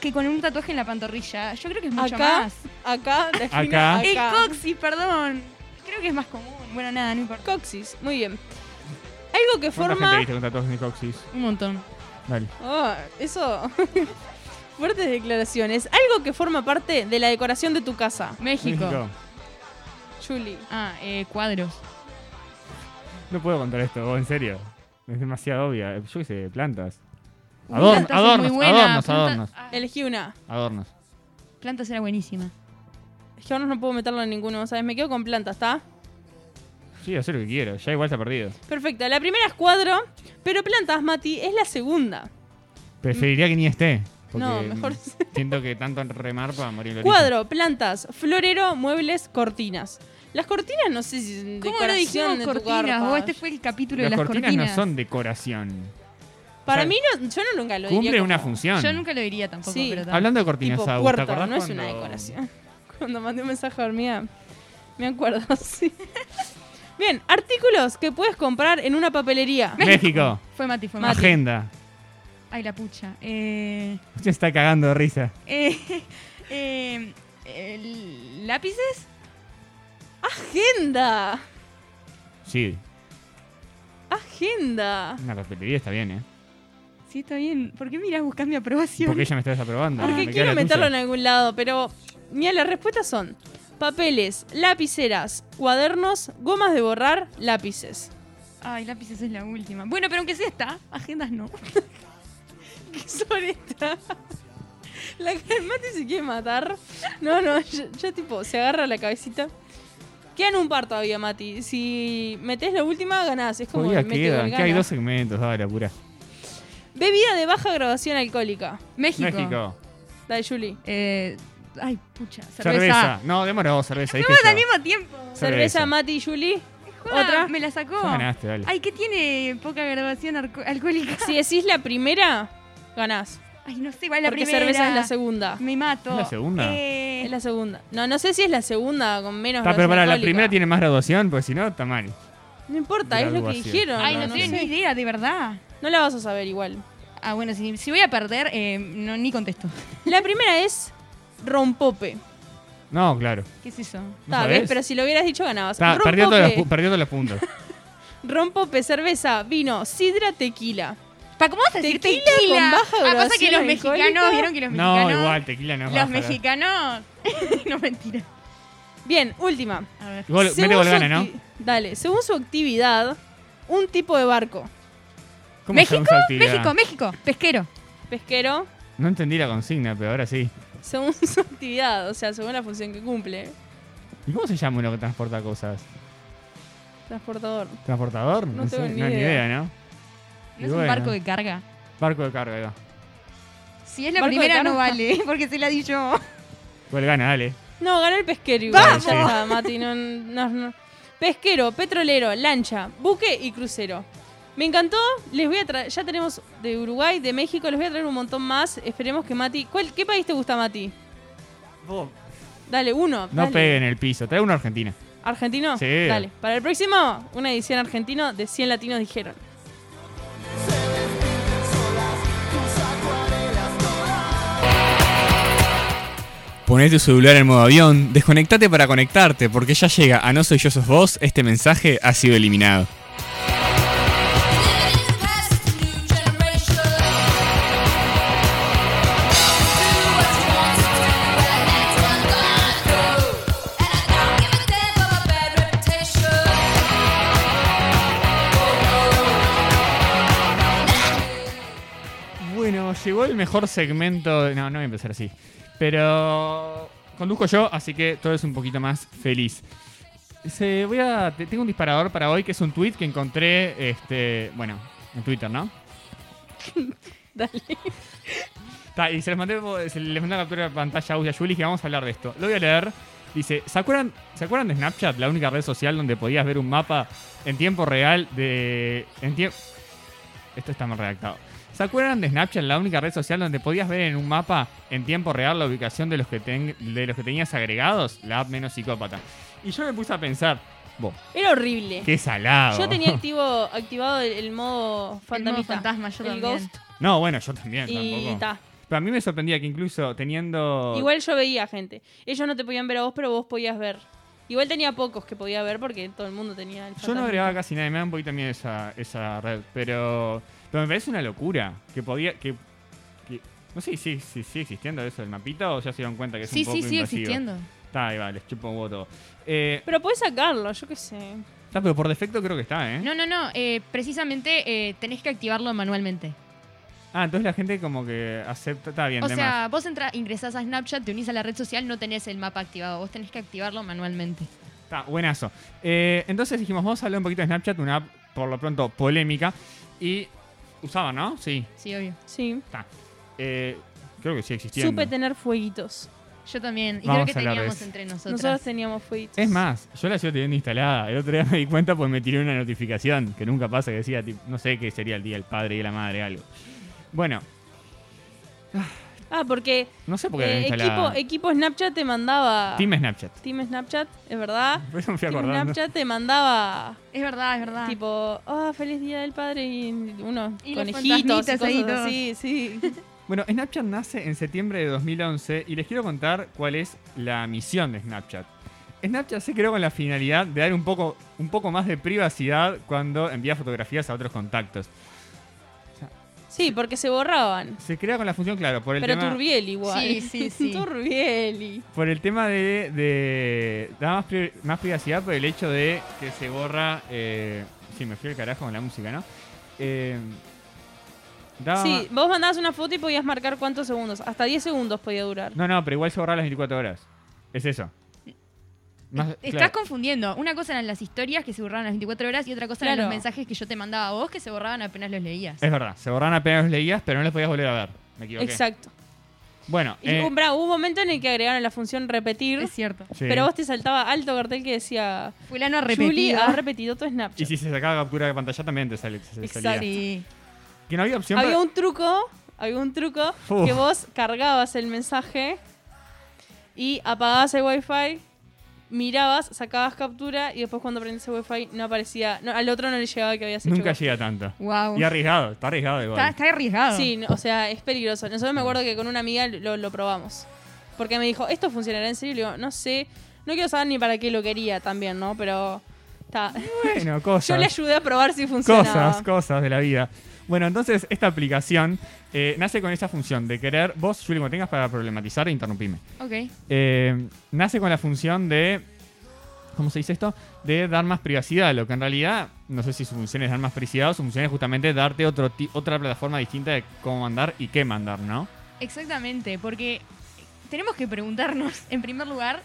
Speaker 4: que con un tatuaje en la pantorrilla? Yo creo que es mucho
Speaker 3: Acá,
Speaker 4: más. [LAUGHS]
Speaker 3: acá, la
Speaker 2: Acá.
Speaker 3: esquina,
Speaker 4: El
Speaker 3: acá.
Speaker 4: coxis, perdón. Creo que es más común. Bueno, nada, no importa.
Speaker 3: Coxis, muy bien. Algo que
Speaker 2: ¿Cuánta gente
Speaker 3: forma...
Speaker 2: viste con tatuajes de coxis?
Speaker 4: Un montón.
Speaker 2: Dale.
Speaker 3: Oh, eso... Oh, [LAUGHS] Fuertes declaraciones. Algo que forma parte de la decoración de tu casa.
Speaker 4: México.
Speaker 2: México.
Speaker 3: Chuli.
Speaker 4: Ah, eh, cuadros.
Speaker 2: No puedo contar esto, vos, en serio. Es demasiado obvia. Yo qué sé, plantas.
Speaker 4: Uy,
Speaker 2: Adorn-
Speaker 4: plantas es
Speaker 2: adornos,
Speaker 4: muy buena,
Speaker 2: adornos,
Speaker 4: planta-
Speaker 2: adornos,
Speaker 4: ah,
Speaker 3: Elegí una.
Speaker 2: adornos.
Speaker 4: plantas era buenísima.
Speaker 3: Es que ahora no puedo meterlo en ninguno, ¿sabes? Me quedo con plantas, ¿está?
Speaker 2: Sí, hacer lo que quiero. Ya igual está perdido.
Speaker 3: Perfecto. La primera es cuadro, pero plantas, Mati, es la segunda.
Speaker 2: Preferiría que ni esté. porque
Speaker 3: No, mejor-
Speaker 2: [LAUGHS] Siento que tanto remar para morir en el origen.
Speaker 3: Cuadro, plantas, florero, muebles, cortinas. Las cortinas no sé si son
Speaker 4: ¿Cómo no
Speaker 3: decoración
Speaker 4: dijimos
Speaker 3: de tu
Speaker 4: cortinas?
Speaker 3: carpa.
Speaker 4: O este fue el capítulo
Speaker 2: Las
Speaker 4: de las
Speaker 2: cortinas,
Speaker 4: cortinas.
Speaker 2: no son decoración.
Speaker 3: Para
Speaker 2: o sea,
Speaker 3: mí no, yo no nunca lo diría.
Speaker 2: Cumplen
Speaker 3: como
Speaker 2: una función.
Speaker 4: Yo nunca lo diría tampoco,
Speaker 3: Sí.
Speaker 4: pero también.
Speaker 2: Hablando de cortinas,
Speaker 3: Tipo
Speaker 2: Agus, ¿te
Speaker 3: puerto,
Speaker 2: acordás
Speaker 3: no es una
Speaker 2: cuando-
Speaker 3: decoración. [LAUGHS] Cuando mandé un mensaje dormida, me acuerdo, [LAUGHS] sí. Bien, artículos que puedes comprar en una papelería.
Speaker 2: México.
Speaker 4: [LAUGHS] Fue Mati, fue Mati.
Speaker 2: Agenda.
Speaker 4: Ay, la pucha. Eh,
Speaker 2: Se está cagando de risa.
Speaker 4: eh, [LAUGHS] eh, eh, ¿Lápices?
Speaker 3: Agenda.
Speaker 2: Sí,
Speaker 3: Agenda.
Speaker 2: una papelería está bien, ¿eh?
Speaker 4: Sí, está bien. ¿Por qué mirás buscás mi aprobación?
Speaker 2: Porque ella me está desaprobando.
Speaker 3: Porque
Speaker 2: Me queda
Speaker 3: quiero
Speaker 2: la
Speaker 3: meterlo en
Speaker 2: tuya.
Speaker 3: algún lado, pero mira, las respuestas son papeles, lapiceras, cuadernos, gomas de borrar, lápices. [LAUGHS]
Speaker 4: Ay, lápices es la última. Bueno, pero aunque sea esta, agendas no.
Speaker 3: ¿Qué son estas? La que el Mati se quiere matar. No, no, ya, ya tipo, se agarra la cabecita. Quedan un par todavía, Mati. Si metes la última, ganás. Es como
Speaker 2: Todavía
Speaker 3: el mete
Speaker 2: quedan,
Speaker 3: gol,
Speaker 2: que hay
Speaker 3: gana.
Speaker 2: dos segmentos, dale, apura.
Speaker 3: Bebida de baja graduación alcohólica.
Speaker 4: México.
Speaker 2: México.
Speaker 3: La de Julie.
Speaker 4: Eh, ay, pucha.
Speaker 2: Cerveza.
Speaker 4: Cerveza.
Speaker 2: No, demoró, cerveza. Dije
Speaker 4: Vamos
Speaker 2: yo.
Speaker 4: al mismo tiempo.
Speaker 2: Cerveza.
Speaker 3: Cerveza, Mati y Julie.
Speaker 4: Joda,
Speaker 3: Otra.
Speaker 4: Me la sacó.
Speaker 2: Ya ganaste, dale.
Speaker 4: Ay, ¿qué tiene poca graduación arco- alcohólica? [LAUGHS]
Speaker 3: Si decís la primera, ganás.
Speaker 4: Ay, no sé, igual la
Speaker 3: porque
Speaker 4: primera.
Speaker 3: cerveza es la segunda.
Speaker 4: Me mato.
Speaker 2: ¿Es la segunda?
Speaker 4: Eh,
Speaker 3: Es la segunda. No, no sé si es la segunda con menos.
Speaker 2: Está, pero
Speaker 3: graduación
Speaker 2: para la
Speaker 3: alcohólica.
Speaker 2: primera tiene más graduación, porque si no, está mal.
Speaker 3: No importa, es lo que
Speaker 2: Graduación.
Speaker 3: dijeron.
Speaker 4: Ay, no,
Speaker 2: no
Speaker 4: tengo
Speaker 2: sé.
Speaker 4: ni idea, de verdad.
Speaker 3: No la vas a saber igual.
Speaker 4: Ah, bueno, si, si voy a perder, eh, no, ni contesto.
Speaker 3: La primera es rompope.
Speaker 2: No, claro.
Speaker 4: ¿Qué es eso?
Speaker 2: ¿No
Speaker 3: Está, ¿ves?
Speaker 2: sabés?
Speaker 3: Pero si lo hubieras dicho ganabas.
Speaker 2: Está
Speaker 3: rompope,
Speaker 2: perdiendo los, pu- perdió todos los puntos.
Speaker 3: rompope, cerveza, vino, sidra, tequila.
Speaker 4: Pa, ¿Cómo vas a decir
Speaker 3: Tequila
Speaker 4: tequila?
Speaker 3: con baja
Speaker 4: ah, pasa que
Speaker 3: graduación
Speaker 4: los
Speaker 3: alcohólica.
Speaker 4: mexicanos, vieron que los mexicanos...
Speaker 2: no, igual, tequila no es
Speaker 4: Los
Speaker 2: baja. ¿eh?
Speaker 4: mexicanos... [LAUGHS] no, mentira.
Speaker 3: Bien, última.
Speaker 4: A ver.
Speaker 2: Gol-
Speaker 3: Según
Speaker 2: mete gol
Speaker 3: su
Speaker 2: gana, ¿no?
Speaker 3: acti- Dale, según su actividad, un tipo de barco.
Speaker 2: ¿Cómo se
Speaker 4: ¿México?
Speaker 2: usa actividad?
Speaker 4: México, México. Pesquero.
Speaker 3: Pesquero,
Speaker 2: No entendí la consigna, pero ahora sí.
Speaker 3: según [LAUGHS] su actividad, o sea, según la función que cumple.
Speaker 2: ¿Y cómo se llama uno que transporta cosas?
Speaker 3: Transportador.
Speaker 2: ¿Transportador?
Speaker 3: No
Speaker 2: sé,
Speaker 3: tengo ni
Speaker 2: no
Speaker 3: idea.
Speaker 2: ¿no? Y
Speaker 4: ¿No es un
Speaker 2: bueno,
Speaker 4: barco de carga?
Speaker 2: Barco de carga, ahí va.
Speaker 4: Si es la
Speaker 3: ¿Barco de
Speaker 4: primera,
Speaker 3: carga?
Speaker 4: no vale, [LAUGHS] porque se la di yo.
Speaker 2: Gol gana, dale.
Speaker 3: No, ganó el pesquero igual.
Speaker 2: ¡Vamos!
Speaker 3: Ya está, Mati, no- no- no. Pesquero, petrolero, lancha, buque y crucero. Me encantó, les voy a traer, ya tenemos de Uruguay, de México, les voy a traer un montón más. Esperemos que Mati. ¿cuál, ¿Qué país te gusta, Mati? Dale, uno.
Speaker 2: No
Speaker 3: dale.
Speaker 2: pegue en el piso. Trae uno a Argentina.
Speaker 3: ¿Argentino?
Speaker 2: Sí.
Speaker 3: Dale. Para el próximo, una edición argentino de 100 latinos dijeron.
Speaker 2: Poné tu celular en modo avión, desconectate para conectarte, porque ya llega a No Soy Yo Sos Vos, este mensaje ha sido eliminado. Bueno, llegó el mejor segmento. No, no voy a empezar así. Pero conduzco yo, así que todo es un poquito más feliz. Se, voy a, te- tengo un disparador para hoy que es un tweet que encontré, este, bueno, en Twitter, ¿no?
Speaker 3: Dale.
Speaker 2: Ta, y se les mandé, se les mandé la captura de pantalla a Agus y a Juli que vamos a hablar de esto. Lo voy a leer. Dice, ¿se acuerdan, ¿se acuerdan de Snapchat? La única red social donde podías ver un mapa en tiempo real de... En tiempo... Esto está mal redactado. ¿Se acuerdan de Snapchat? La única red social donde podías ver en un mapa en tiempo real la ubicación de los que, ten- de los que tenías agregados? La app menos psicópata. Y yo me puse a pensar, vos,
Speaker 3: Era horrible.
Speaker 2: qué salado. [LAUGHS]
Speaker 3: Yo tenía activo, activado el, el modo fantasmita.
Speaker 4: fantasma, yo
Speaker 3: el
Speaker 4: también.
Speaker 3: ghost.
Speaker 2: No, bueno, yo también,
Speaker 3: Y
Speaker 2: tampoco.
Speaker 3: ta.
Speaker 2: Pero a mí me sorprendía que incluso teniendo...
Speaker 3: Igual yo veía gente. Ellos no te podían ver a vos, pero vos podías ver. Igual tenía pocos que podía ver porque todo el mundo tenía el
Speaker 2: Yo no
Speaker 3: fantasma.
Speaker 2: agregaba casi nada, me dan un poquito miedo esa, esa red, pero, pero me parece una locura que podía que, que No sé si sí, sí, sigue existiendo eso del mapita o ya se dieron cuenta que es
Speaker 4: Sí,
Speaker 2: un poco
Speaker 4: sí, sigue
Speaker 2: invasivo.
Speaker 4: existiendo.
Speaker 2: Está, ahí va, les chupo un voto. Eh,
Speaker 3: Pero puedes sacarlo, yo qué sé.
Speaker 2: está, pero por defecto creo que está, ¿eh?
Speaker 4: No, no, no. eh, precisamente eh, tenés que activarlo manualmente.
Speaker 2: Ah, entonces la gente como que acepta, está bien,
Speaker 4: O
Speaker 2: de
Speaker 4: sea, vos entra, ingresás a Snapchat, te unís a la red social, no tenés el mapa activado. Vos tenés que activarlo manualmente.
Speaker 2: más. Está, buenazo. Eh, entonces dijimos, vamos a hablar un poquito de Snapchat, una app por lo pronto polémica. Y usaban, ¿no? Sí,
Speaker 4: Sí, obvio.
Speaker 3: Sí.
Speaker 2: está. Eh, creo que sí existiendo.
Speaker 3: Supe tener fueguitos.
Speaker 4: Yo también. Y
Speaker 2: Vamos
Speaker 4: creo que
Speaker 2: a hablar de
Speaker 4: teníamos
Speaker 2: eso.
Speaker 4: entre nosotros.
Speaker 3: Nosotros teníamos fueguitos.
Speaker 2: Es más, yo la sigo teniendo instalada. El otro día me di cuenta pues me tiré una notificación que nunca pasa que decía, tipo, no sé qué sería el día del padre y de la madre, algo. Bueno,
Speaker 3: Ah, porque
Speaker 2: no sé por qué la
Speaker 3: eh,
Speaker 2: tenía
Speaker 3: equipo,
Speaker 2: instalada.
Speaker 3: equipo Snapchat te mandaba.
Speaker 2: Team Snapchat. [LAUGHS]
Speaker 3: Team Snapchat, es verdad.
Speaker 2: Por eso me fui
Speaker 3: Team
Speaker 2: acordando.
Speaker 3: Snapchat te mandaba
Speaker 4: Es verdad, es verdad.
Speaker 3: tipo, ah, feliz día del padre y unos
Speaker 4: Y los
Speaker 3: conejitos y
Speaker 4: fantasmitas ahí,
Speaker 3: cosas
Speaker 4: todos. [LAUGHS]
Speaker 3: así, sí.
Speaker 2: Bueno, Snapchat nace en septiembre de 2011 y les quiero contar cuál es la misión de Snapchat. Snapchat se creó con la finalidad de dar un poco, un poco más de privacidad cuando envía fotografías a otros contactos.
Speaker 3: Sí, porque se borraban.
Speaker 2: Se crea con la función, claro, por el
Speaker 3: Pero
Speaker 2: tema...
Speaker 3: Turbiel igual.
Speaker 4: Sí, sí,
Speaker 3: [LAUGHS]
Speaker 4: sí.
Speaker 3: Turbieli.
Speaker 2: Por el tema de, de- da más, pri- más privacidad por el hecho de que se borra... Eh, sí, me fui al carajo con la música, ¿no? Eh, da-
Speaker 3: Sí, vos mandabas una foto y podías marcar cuántos segundos. Hasta 10 segundos podía durar.
Speaker 2: No, no, pero igual se borra a las 24 horas. Es eso. Más-
Speaker 4: Estás
Speaker 2: claro.
Speaker 4: confundiendo. Una cosa eran las historias que se borraban a las 24 horas y otra cosa eran
Speaker 3: Claro.
Speaker 4: los mensajes que yo te mandaba a vos que se borraban apenas los leías.
Speaker 2: Es verdad, se borran apenas los leías, pero no los podías volver a ver. Me equivoqué.
Speaker 3: Exacto.
Speaker 2: Bueno,
Speaker 3: Y
Speaker 2: eh,
Speaker 3: un, bravo, hubo un momento en el que agregaron la función repetir,
Speaker 4: Es cierto.
Speaker 2: sí.
Speaker 3: pero vos te saltaba alto cartel que decía,
Speaker 4: Fulano
Speaker 3: Julie
Speaker 4: repetido.
Speaker 3: ha repetido tu
Speaker 2: Y
Speaker 3: Snapchat.
Speaker 2: si se sacaba captura de pantalla también te sale. se- se
Speaker 3: Exacto.
Speaker 2: salía.
Speaker 4: Sí.
Speaker 2: Que no había opción
Speaker 3: Había
Speaker 2: para-
Speaker 3: un truco, había un truco
Speaker 2: Uf.
Speaker 3: que vos cargabas el mensaje y apagabas el wifi, mirabas, sacabas captura y después cuando prendías el wifi no aparecía, no, al otro no le llegaba que habías hecho.
Speaker 2: Nunca
Speaker 3: captura.
Speaker 2: llega tanto.
Speaker 4: Wow.
Speaker 2: Y arriesgado, está arriesgado igual.
Speaker 4: Está, está arriesgado.
Speaker 2: [LAUGHS]
Speaker 3: Sí, no, o sea, es peligroso. Nosotros me acuerdo que con una amiga lo, lo probamos. Porque me dijo, ¿esto funcionará en serio? Y le digo, no sé. No quiero saber ni para qué lo quería también, ¿no? Pero está. [LAUGHS]
Speaker 2: Bueno,
Speaker 3: Yo le
Speaker 2: cosas.
Speaker 3: ayudé a probar si funcionaba.
Speaker 2: cosas, cosas de la vida. Bueno, entonces esta aplicación eh, nace con esa función de querer. Vos, Juli, cuando tengas para problematizar, interrumpime.
Speaker 4: Ok.
Speaker 2: Eh, nace con la función de. ¿Cómo se dice esto? De dar más privacidad. Lo que en realidad, no sé si su función es dar más privacidad o su función es justamente darte otro, ti- otra plataforma distinta de cómo mandar y qué mandar, ¿no?
Speaker 4: Exactamente, porque eh, tenemos que preguntarnos, [LAUGHS] en primer lugar,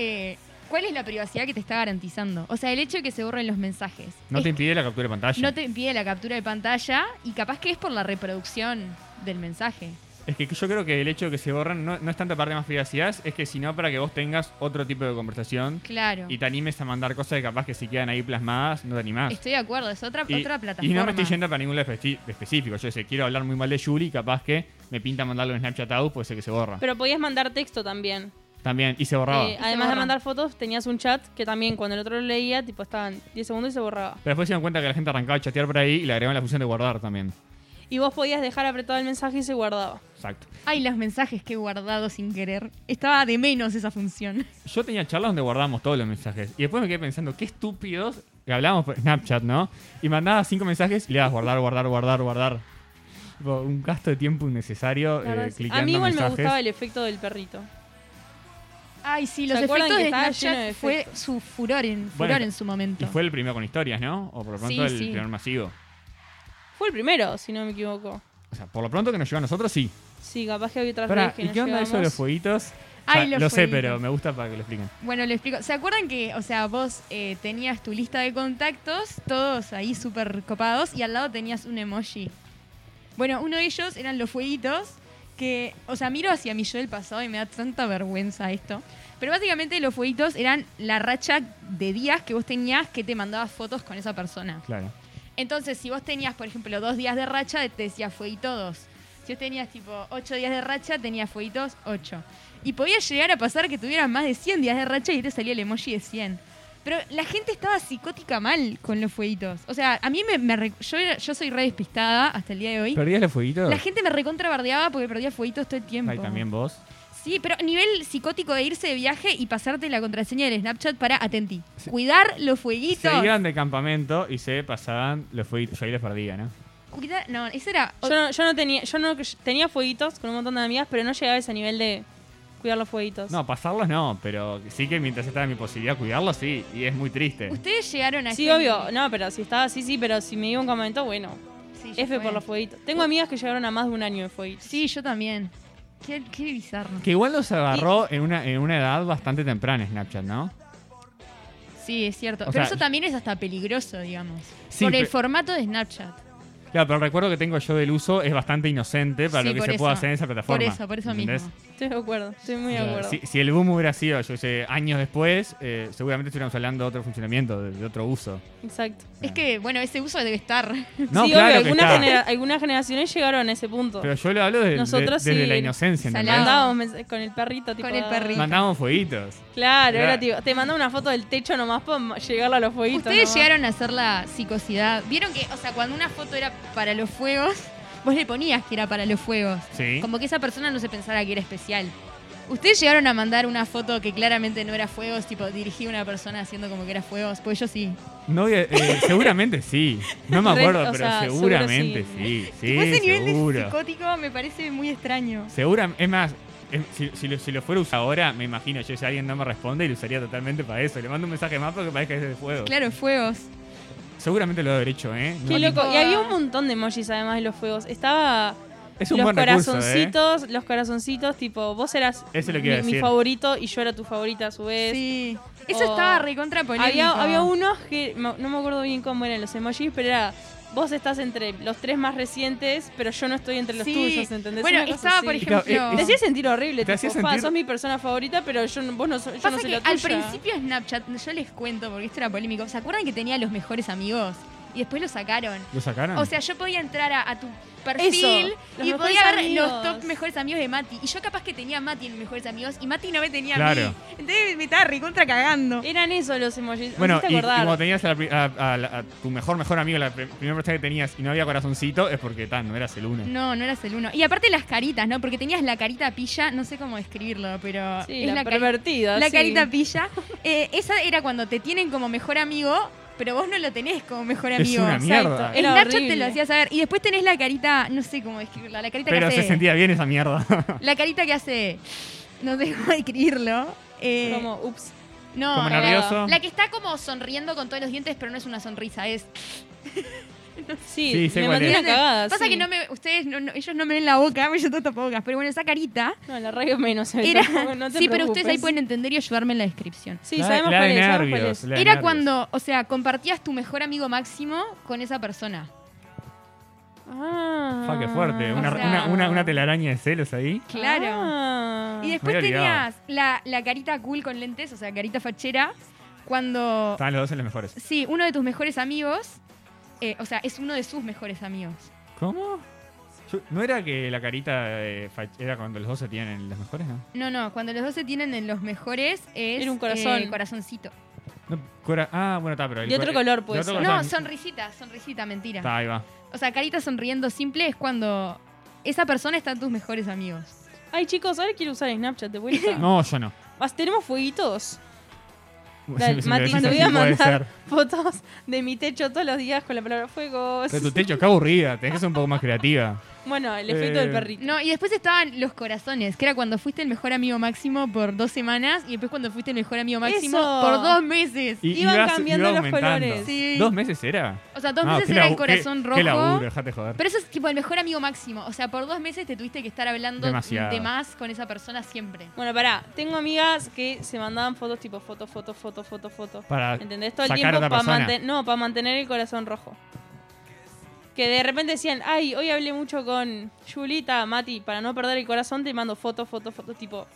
Speaker 4: eh, ¿cuál es la privacidad que te está garantizando? O sea, el hecho de que se borren los mensajes.
Speaker 2: No
Speaker 4: Es-
Speaker 2: te impide la captura de pantalla.
Speaker 4: no te impide la captura de pantalla y capaz que es por la reproducción del mensaje.
Speaker 2: Es que yo creo que el hecho de que se borran no, no es tanta parte de más privacidad, es que sino para que vos tengas otro tipo de conversación
Speaker 4: Claro.
Speaker 2: y te animes a mandar cosas que capaz que si quedan ahí plasmadas no te animás.
Speaker 4: Estoy de acuerdo, es otra,
Speaker 2: Y,
Speaker 4: otra plataforma.
Speaker 2: y no me estoy yendo para ningún lado espe- específico. Yo sé, quiero hablar muy mal de Yuri, capaz que me pinta mandarlo en Snapchat out, puede ser que se borra.
Speaker 3: Pero podías mandar texto también.
Speaker 2: También, y se borraba.
Speaker 3: Eh,
Speaker 4: se
Speaker 3: además de
Speaker 4: borra.
Speaker 3: mandar fotos, tenías un chat que también cuando el otro lo leía, tipo, estaban 10 segundos y se borraba.
Speaker 2: Pero después se dieron cuenta que la gente arrancaba a chatear por ahí y le agregaban la función de guardar también.
Speaker 3: Y vos podías dejar apretado el mensaje y se guardaba.
Speaker 2: Exacto.
Speaker 4: Ay, los mensajes que he guardado sin querer. Estaba de menos esa función.
Speaker 2: Yo tenía charlas donde guardábamos todos los mensajes. Y después me quedé pensando, qué estúpidos. que Hablábamos por Snapchat, ¿no? Y mandaba cinco mensajes y le das guardar, guardar, guardar, guardar. Tipo, Un gasto de tiempo innecesario
Speaker 3: La verdad
Speaker 2: eh,
Speaker 3: que sí.
Speaker 2: cliqueando
Speaker 3: A mí igual me
Speaker 2: mensajes.
Speaker 3: gustaba el efecto del perrito.
Speaker 4: Ay, sí, los
Speaker 3: ¿Se acuerdan
Speaker 4: efectos
Speaker 3: que
Speaker 4: de
Speaker 3: estaba
Speaker 4: Snapchat
Speaker 3: lleno de
Speaker 4: fue
Speaker 3: efectos?
Speaker 4: su furor en,
Speaker 2: Bueno,
Speaker 4: furor en su
Speaker 2: Y
Speaker 4: momento.
Speaker 2: fue el primero con historias, ¿no? O por lo pronto
Speaker 4: Sí,
Speaker 2: el
Speaker 4: sí.
Speaker 2: primer masivo.
Speaker 3: Fue el primero, si no me equivoco.
Speaker 2: O sea, por lo pronto que nos llegó a nosotros, sí.
Speaker 3: Sí, capaz que había otras
Speaker 2: Pará,
Speaker 3: redes que
Speaker 2: ¿y
Speaker 3: no
Speaker 2: qué onda eso de los
Speaker 3: llegamos.
Speaker 2: fueguitos?
Speaker 4: Ay,
Speaker 2: O sea,
Speaker 4: los
Speaker 2: lo sé,
Speaker 4: fueguitos.
Speaker 2: pero me gusta para que lo expliquen.
Speaker 4: Bueno, le explico. ¿Se acuerdan que, o sea, vos eh, tenías tu lista de contactos, todos ahí súper copados, y al lado tenías un emoji? Bueno, uno de ellos eran los fueguitos, que, o sea, miro hacia mi yo del pasado y me da tanta vergüenza esto. Pero básicamente los fueguitos eran la racha de días que vos tenías que te mandabas fotos con esa persona.
Speaker 2: Claro.
Speaker 4: Entonces, si vos tenías, por ejemplo, dos días de racha, te decía fueguito dos. Si vos tenías tipo ocho días de racha, tenías fueguitos ocho. Y podía llegar a pasar que tuvieras más de 100 días de racha y te salía el emoji de 100. Pero la gente estaba psicótica mal con los fueguitos. O sea, a mí me, me re- yo, era- yo soy re despistada hasta el día de hoy.
Speaker 2: ¿Perdías los fueguitos?
Speaker 4: la gente me recontrabardeaba porque perdía fueguitos todo el tiempo.
Speaker 2: Ahí también vos.
Speaker 4: Sí, pero a nivel psicótico de irse de viaje y pasarte la contraseña del Snapchat para atenti. Cuidar los
Speaker 2: Se
Speaker 4: fueguitos.
Speaker 2: iban de campamento y se pasaban los fueguitos. Yo ahí los perdía, ¿no?
Speaker 4: cuidar. No, ese era.
Speaker 3: Yo no, yo no tenía, yo no tenía fueguitos con un montón de amigas, pero no llegaba a ese nivel de cuidar los fueguitos.
Speaker 2: No, pasarlos no, pero sí que mientras estaba en mi posibilidad de cuidarlos, sí, y es muy triste.
Speaker 4: Ustedes llegaron a este
Speaker 3: Sí,
Speaker 4: ese-
Speaker 3: obvio, no, pero si estaba así, sí, pero si me iba un campamento, bueno.
Speaker 4: Sí, ya
Speaker 3: F
Speaker 4: fue.
Speaker 3: por los fueguitos. Tengo amigas que llegaron a más de un año de fueguitos.
Speaker 4: Sí, yo también. Qué, qué bizarro.
Speaker 2: Que igual los agarró en una, en una edad bastante temprana Snapchat, ¿no?
Speaker 4: Sí, es cierto.
Speaker 2: O
Speaker 4: pero
Speaker 2: sea,
Speaker 4: eso también es hasta peligroso, digamos.
Speaker 2: Sí,
Speaker 4: por el
Speaker 2: pe-
Speaker 4: formato de Snapchat.
Speaker 2: Claro, pero el recuerdo que tengo yo del uso es bastante inocente para
Speaker 4: Sí,
Speaker 2: lo que
Speaker 4: por
Speaker 2: se
Speaker 4: eso.
Speaker 2: puede hacer en esa plataforma.
Speaker 4: Por eso, por eso
Speaker 2: ¿entendés?
Speaker 4: mismo.
Speaker 3: Estoy de acuerdo, estoy muy de acuerdo.
Speaker 2: Si, si el boom hubiera sido, yo sé, años después, eh, seguramente estuviéramos hablando de otro funcionamiento, de, de otro uso.
Speaker 3: Exacto.
Speaker 4: Es que, bueno, ese uso debe
Speaker 3: [LAUGHS]
Speaker 4: estar.
Speaker 2: No, claro
Speaker 3: sí, obvio,
Speaker 2: que
Speaker 3: algunas,
Speaker 2: está.
Speaker 3: genera- algunas generaciones llegaron a ese punto.
Speaker 2: Pero yo lo hablo de- de-
Speaker 3: Nosotros
Speaker 2: desde
Speaker 3: sí,
Speaker 2: la inocencia, ¿entendés?
Speaker 4: salado.
Speaker 3: Mandábamos mensajes con el perrito, tipo.
Speaker 4: Con el
Speaker 3: ah.
Speaker 4: perrito.
Speaker 2: Mandábamos fueguitos.
Speaker 3: Claro,
Speaker 2: Era-
Speaker 3: era tipo, te manda una foto del techo nomás para llegarle a los fueguitos.
Speaker 4: Ustedes
Speaker 3: nomás.
Speaker 4: llegaron a hacer la psicosidad. Vieron que, o sea, cuando una foto era para los fuegos, [LAUGHS] vos le ponías que era para los fuegos.
Speaker 2: Sí.
Speaker 4: Como que esa persona no se pensara que era especial. Ustedes llegaron a mandar una foto que claramente no era fuegos, tipo dirigida a una persona haciendo como que era fuegos. Pues yo sí.
Speaker 2: No, voy a-
Speaker 3: [LAUGHS]
Speaker 2: eh, seguramente sí. No me
Speaker 3: Re-
Speaker 2: acuerdo,
Speaker 3: o
Speaker 2: pero
Speaker 3: sea, seguro
Speaker 2: seguramente sí.
Speaker 3: sí.
Speaker 2: Sí,
Speaker 4: Tipo, ese nivel de
Speaker 2: seguro.
Speaker 4: psicótico me parece muy extraño.
Speaker 2: Segura, es más, es- si, si lo, si lo fuera a usar ahora, me imagino yo si alguien no me responde y lo usaría totalmente para eso. Le mando un mensaje más porque parece que es de fuego.
Speaker 4: Claro, fuegos.
Speaker 2: Seguramente lo he hecho, ¿eh? No,
Speaker 3: Qué loco.
Speaker 4: tipo-
Speaker 3: Y había un montón de emojis además de los fuegos. Estaba
Speaker 2: Es un
Speaker 3: los
Speaker 2: buen recurso, ¿eh?
Speaker 3: corazoncitos, los corazoncitos, tipo, vos eras
Speaker 2: Eso es lo que
Speaker 3: mi,
Speaker 2: iba a
Speaker 3: mi
Speaker 2: decir.
Speaker 3: favorito y yo era tu favorita a su vez.
Speaker 4: Sí. Eso
Speaker 3: O-
Speaker 4: estaba recontra polémico.
Speaker 3: Había, había unos que mo- no me acuerdo bien cómo eran los emojis, pero era vos estás entre los tres más recientes, pero yo no estoy entre los
Speaker 4: Sí.
Speaker 3: tuyos, ¿entendés?
Speaker 4: Bueno,
Speaker 3: Una cosa
Speaker 4: estaba,
Speaker 3: así.
Speaker 4: por
Speaker 2: Y claro,
Speaker 4: ejemplo.
Speaker 2: eh,
Speaker 3: Te hacía sentir horrible,
Speaker 2: Te
Speaker 3: te
Speaker 2: hacía
Speaker 3: tipo, "Fa,
Speaker 2: sentir-
Speaker 3: sos mi persona favorita, pero yo, no- vos no, so- yo
Speaker 4: Pasa
Speaker 3: no soy
Speaker 4: que
Speaker 3: la
Speaker 4: al
Speaker 3: tuya".
Speaker 4: principio Snapchat, yo les cuento porque esto era polémico. ¿Se acuerdan que tenía los mejores amigos? Y después lo sacaron.
Speaker 2: ¿Lo sacaron?
Speaker 4: O sea, yo podía entrar a, a tu perfil
Speaker 3: los
Speaker 4: y
Speaker 3: mejores
Speaker 4: podía ver
Speaker 3: amigos.
Speaker 4: los top mejores amigos de Mati. Y yo capaz que tenía a Mati en mejores amigos y Mati no me tenía a
Speaker 2: Claro.
Speaker 4: mí. Entonces me estaba recontra cagando.
Speaker 3: Eran esos los emojis. me
Speaker 2: bueno,
Speaker 3: hiciste
Speaker 2: y, y
Speaker 3: acordar.
Speaker 2: como tenías a, la pri- a- a la- a tu mejor, mejor amigo, la pr- primera persona que tenías y no había corazoncito, es porque tan, no eras el uno.
Speaker 4: No, no eras el uno. Y aparte las caritas, ¿no? Porque tenías la carita pilla, no sé cómo describirlo, pero
Speaker 3: Sí,
Speaker 4: es
Speaker 3: la,
Speaker 4: la, cari-
Speaker 3: pervertida.
Speaker 4: la
Speaker 3: sí.
Speaker 4: carita pilla. Eh, esa era cuando te tienen como mejor amigo, pero vos no lo tenés como mejor
Speaker 2: Es
Speaker 4: amigo.
Speaker 2: una
Speaker 3: Exacto.
Speaker 2: mierda.
Speaker 4: El
Speaker 3: Era
Speaker 4: Nacho te
Speaker 3: horrible.
Speaker 4: lo hacía saber. Y después tenés la carita, no sé cómo describirla, la carita
Speaker 2: Pero
Speaker 4: que hace.
Speaker 2: se sentía bien esa mierda.
Speaker 4: La carita que hace. No sé cómo describirlo. Eh,
Speaker 3: Como, ups.
Speaker 4: no,
Speaker 2: Como
Speaker 4: la-
Speaker 2: nervioso.
Speaker 4: La que está como sonriendo con todos los dientes, pero no es una sonrisa, es.
Speaker 2: Sí,
Speaker 3: Sí,
Speaker 2: sé
Speaker 3: me
Speaker 2: cuál
Speaker 3: mandé
Speaker 2: es.
Speaker 3: una cagada.
Speaker 4: Pasa
Speaker 3: sí.
Speaker 4: que no me, ustedes, no- no- ellos no me ven la boca, [LAUGHS] yo tengo tapabocas, pero bueno, esa carita
Speaker 3: No, la radio menos. se ve,
Speaker 4: era.
Speaker 3: [LAUGHS] tampoco, no te
Speaker 4: sí, pero ustedes ahí
Speaker 3: preocupes.
Speaker 4: pueden entender y ayudarme en la descripción.
Speaker 3: Sí,
Speaker 2: La- [LAUGHS]
Speaker 3: sabemos
Speaker 2: la
Speaker 3: cuál
Speaker 2: de
Speaker 3: es. sabemos cuál
Speaker 2: nervios,
Speaker 3: es.
Speaker 2: la de
Speaker 4: Era
Speaker 2: nervios.
Speaker 4: cuando, o sea, compartías tu mejor amigo máximo con esa persona.
Speaker 3: Ah.
Speaker 2: Fa, qué fuerte. Una,
Speaker 4: O sea-
Speaker 2: una- una- una telaraña de celos ahí.
Speaker 4: Claro.
Speaker 3: Ah.
Speaker 4: Y después
Speaker 2: Me había olvidado.
Speaker 4: tenías la, la carita cool con lentes, o sea, carita fachera, cuando
Speaker 2: Estaban Ah, los dos en los mejores.
Speaker 4: Sí, uno de tus mejores amigos. eh, o sea, es uno de sus mejores amigos.
Speaker 2: ¿Cómo? Yo- ¿No era que la carita eh, fach- era cuando los dos se tienen los mejores, no?
Speaker 4: No, no, cuando los dos se tienen en los mejores es.
Speaker 3: Era un corazón.
Speaker 4: eh, corazoncito.
Speaker 2: No, cora- ah, bueno, está, pero. el
Speaker 3: De otro
Speaker 2: cora-
Speaker 3: color,
Speaker 2: de
Speaker 3: puede
Speaker 2: otro
Speaker 3: ser.
Speaker 2: color
Speaker 4: No,
Speaker 2: también.
Speaker 4: sonrisita, sonrisita, mentira.
Speaker 2: Está, ahí va.
Speaker 4: O sea, carita sonriendo simple es cuando esa persona está en tus mejores amigos.
Speaker 3: Ay, chicos, ahora quiero usar Snapchat de vuelta.
Speaker 2: [LAUGHS] No, yo no.
Speaker 3: Más, ¿Tenemos fueguitos?
Speaker 2: Si
Speaker 3: Dale,
Speaker 2: me
Speaker 3: Mati,
Speaker 2: decís
Speaker 3: te voy
Speaker 2: así,
Speaker 3: a
Speaker 2: puede
Speaker 3: mandar
Speaker 2: ser.
Speaker 3: fotos de mi techo todos los días con la palabra fuegos.
Speaker 2: Pero tu techo, qué aburrida. Tenés que ser un poco más creativa.
Speaker 3: Bueno, el efecto
Speaker 2: Eh,
Speaker 3: del perrito.
Speaker 4: No, y después estaban los corazones, que era cuando fuiste el mejor amigo máximo por dos semanas y después cuando fuiste el mejor amigo máximo
Speaker 3: Eso.
Speaker 4: por dos meses.
Speaker 2: Y-
Speaker 3: Iban
Speaker 2: iba-
Speaker 3: cambiando
Speaker 2: iba
Speaker 3: los
Speaker 2: aumentando.
Speaker 3: colores.
Speaker 4: Sí.
Speaker 2: ¿Dos meses era?
Speaker 4: O sea, dos
Speaker 2: Ah,
Speaker 4: meses
Speaker 2: qué
Speaker 4: era el
Speaker 2: labu-
Speaker 4: corazón
Speaker 2: qué-
Speaker 4: rojo.
Speaker 2: Qué laburo, dejate joder.
Speaker 4: Pero eso es tipo el mejor amigo máximo. O sea, por dos meses te tuviste que estar hablando
Speaker 2: Demasiado.
Speaker 4: de más con esa persona siempre.
Speaker 3: Bueno, pará, tengo amigas que se mandaban fotos tipo foto, foto, foto, foto, foto.
Speaker 2: Para
Speaker 3: ¿Entendés? Todo el
Speaker 2: sacar
Speaker 3: tiempo
Speaker 2: a otra
Speaker 3: para
Speaker 2: persona.
Speaker 3: no, para mantener el corazón rojo. Que de repente decían, ay, hoy hablé mucho con Julita, Mati, para no perder el corazón te mando foto, foto, foto, tipo,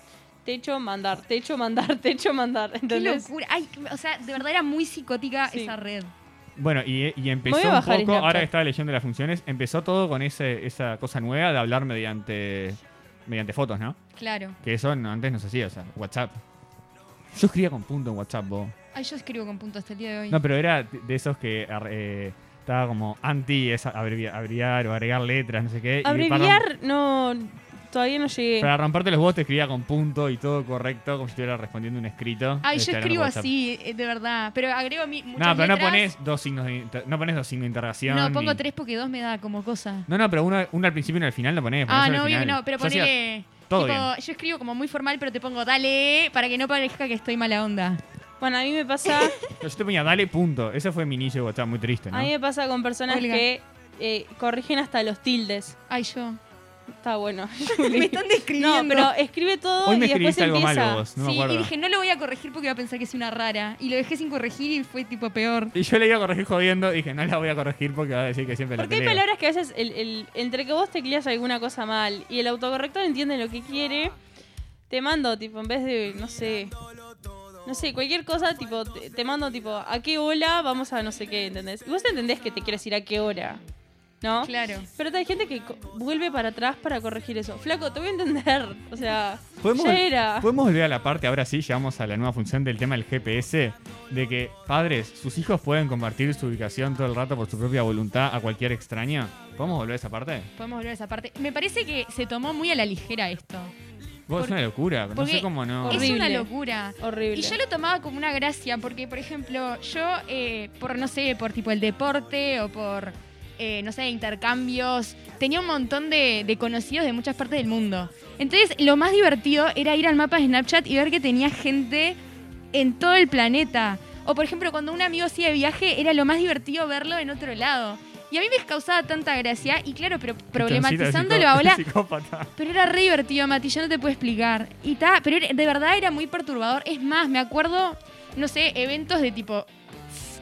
Speaker 3: techo, mandar, techo, mandar, [LAUGHS] techo, mandar.
Speaker 4: Qué
Speaker 3: ¿Entendés?
Speaker 4: locura. Ay, o sea, de verdad era muy psicótica
Speaker 3: Sí.
Speaker 4: esa red.
Speaker 2: Bueno, y, y empezó
Speaker 3: Voy a
Speaker 2: un
Speaker 3: bajar
Speaker 2: poco,
Speaker 3: Snapchat.
Speaker 2: ahora que estaba leyendo las funciones, empezó todo con ese, esa cosa nueva de hablar mediante, mediante fotos, ¿no?
Speaker 4: Claro.
Speaker 2: Que eso no- antes no se hacía, o sea, WhatsApp. Yo escribía con punto en WhatsApp, vos.
Speaker 4: Ay, yo escribo con punto hasta el día de hoy.
Speaker 2: No, pero era de esos que ar- eh, estaba como anti esa abrevia- abreviar, o agregar letras, no sé qué. y
Speaker 3: Abreviar, no. Todavía no llegué.
Speaker 2: Para romperte los huevos te escribía con punto y todo correcto, como si estuviera respondiendo un escrito.
Speaker 4: Ay,
Speaker 2: Este, en
Speaker 4: yo
Speaker 2: el
Speaker 4: escribo
Speaker 2: WhatsApp.
Speaker 4: así, eh, de verdad. Pero agrego mi, muchas
Speaker 2: No, pero no
Speaker 4: letras.
Speaker 2: pones dos signos de, inter- no pones dos signos de interrogación.
Speaker 4: No, pongo
Speaker 2: ni-
Speaker 4: tres porque dos me da como cosa.
Speaker 2: No, no, pero uno, uno al principio y uno al final no ponés. ponés uno
Speaker 4: Ah,
Speaker 2: al
Speaker 4: no, obvio que
Speaker 2: final.
Speaker 4: no, pero
Speaker 2: Yo hacía-
Speaker 4: ponele.
Speaker 2: ah, todo
Speaker 4: tipo,
Speaker 2: bien.
Speaker 4: Yo escribo como muy formal, pero te pongo dale para que no parezca que estoy mala onda.
Speaker 3: Bueno, a mí
Speaker 2: [COUGHS]
Speaker 3: me pasa,
Speaker 2: Yo te ponía dale punto. Ese fue mi inicio de WhatsApp, muy triste, ¿no?
Speaker 3: a mí me pasa con personas
Speaker 4: Olga.
Speaker 3: que eh, corrigen hasta los tildes.
Speaker 4: Ay, yo.
Speaker 3: Está bueno.
Speaker 4: [LAUGHS] me están describiendo.
Speaker 3: [LAUGHS] no, pero escribe todo
Speaker 2: Hoy me
Speaker 3: y después
Speaker 2: escribiste algo
Speaker 3: empieza.
Speaker 2: malo vos, no me
Speaker 4: sí,
Speaker 2: acuerdo.
Speaker 4: y dije, no lo voy a corregir porque va a pensar que es una rara. Y lo dejé sin corregir y fue tipo peor.
Speaker 2: Y yo le iba a corregir jodiendo, dije, no la voy a corregir porque va a decir que siempre la
Speaker 3: Porque hay
Speaker 2: peleo.
Speaker 3: palabras que a veces, el- el- entre que vos tecleas alguna cosa mal y el autocorrector entiende lo que quiere, te mando, tipo, en vez de, no sé, no sé, cualquier cosa, tipo, te, te mando, tipo, a qué hora vamos a no sé qué, ¿entendés? Y vos entendés que te quieres ir a qué hora, ¿no?
Speaker 4: Claro.
Speaker 3: Pero hay gente que co- vuelve para atrás para corregir eso. Flaco, te voy a entender. O sea,
Speaker 2: ¿Podemos,
Speaker 3: ya era.
Speaker 2: podemos volver a la parte, ahora sí, llegamos a la nueva función del tema del GPS, de que padres, sus hijos pueden compartir su ubicación todo el rato por su propia voluntad a cualquier extraña. ¿Podemos volver a esa parte?
Speaker 4: Podemos volver a esa parte. Me parece que se tomó muy a la ligera esto.
Speaker 2: Vos, es
Speaker 4: Porque-
Speaker 2: una locura, no
Speaker 4: porque
Speaker 2: sé cómo no.
Speaker 4: Es una
Speaker 3: Horrible.
Speaker 4: locura.
Speaker 3: Horrible.
Speaker 4: Y yo lo tomaba como una gracia, porque, por ejemplo, yo, eh, por, no sé, por tipo el deporte o por, eh, no sé, intercambios, tenía un montón de, de conocidos de muchas partes del mundo. Entonces, lo más divertido era ir al mapa de Snapchat y ver que tenía gente en todo el planeta. O, por ejemplo, cuando un amigo hacía de viaje, era lo más divertido verlo en otro lado. Y a mí me causaba tanta gracia, y claro, pero
Speaker 2: [LAUGHS]
Speaker 4: problematizándolo ahora,
Speaker 2: Psicópata.
Speaker 4: pero era re divertido, Mati, yo no te puedo explicar. Y ta, pero era- de verdad era muy perturbador. Es más, me acuerdo, no sé, eventos de tipo.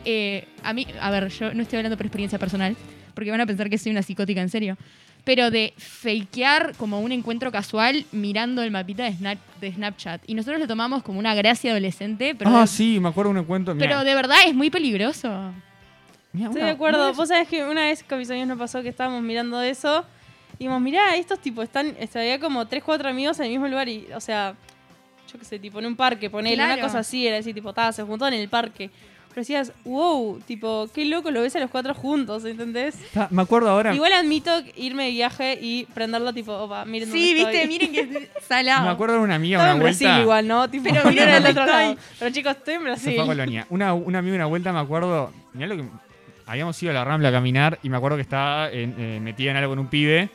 Speaker 4: eh, a mí, a ver, yo no estoy hablando por experiencia personal, porque van a pensar que soy una psicótica en serio. Pero de fakear como un encuentro casual mirando el mapita de, Snap- de Snapchat. Y nosotros lo tomamos como una gracia adolescente, pero,
Speaker 2: Ah,
Speaker 4: de,
Speaker 2: sí, me acuerdo de un encuentro. mirá.
Speaker 4: pero de verdad es muy peligroso.
Speaker 2: Mirá,
Speaker 3: Estoy
Speaker 2: una- una
Speaker 3: de acuerdo.
Speaker 2: vez-
Speaker 3: Vos sabés que una vez con mis amigos nos pasó que estábamos mirando eso. Y dijimos, mirá, estos tipos están. o sea, Había como tres, cuatro amigos en el mismo lugar. Y, o sea, yo qué sé, tipo en un parque, ponele una
Speaker 4: Claro.
Speaker 3: cosa así. Era así, tipo, ta, se juntó en el parque. Pero decías, wow, tipo, qué loco, lo ves a los cuatro juntos,
Speaker 4: [LAUGHS]
Speaker 3: ¿entendés?
Speaker 2: Ah, me acuerdo ahora.
Speaker 3: Igual admito irme de viaje y prenderlo, tipo, opa, miren dónde
Speaker 4: Sí, viste,
Speaker 3: estoy.
Speaker 4: miren que
Speaker 2: [LAUGHS] Me
Speaker 4: salado.
Speaker 2: acuerdo de una amiga
Speaker 3: Estaba
Speaker 2: una
Speaker 3: en Brasil
Speaker 2: vuelta.
Speaker 3: igual, ¿no? Tipo, [LAUGHS]
Speaker 4: Pero
Speaker 3: no era
Speaker 4: miren
Speaker 3: del otro
Speaker 4: dónde
Speaker 3: lado.
Speaker 4: estoy.
Speaker 3: Pero chicos, estoy en
Speaker 2: Se
Speaker 3: Brasil.
Speaker 2: fue a Colonia. Una, un amigo una vuelta me acuerdo. Mirá lo que. Habíamos ido a la Rambla a caminar y me acuerdo que estaba en- eh, metida en algo con un pibe.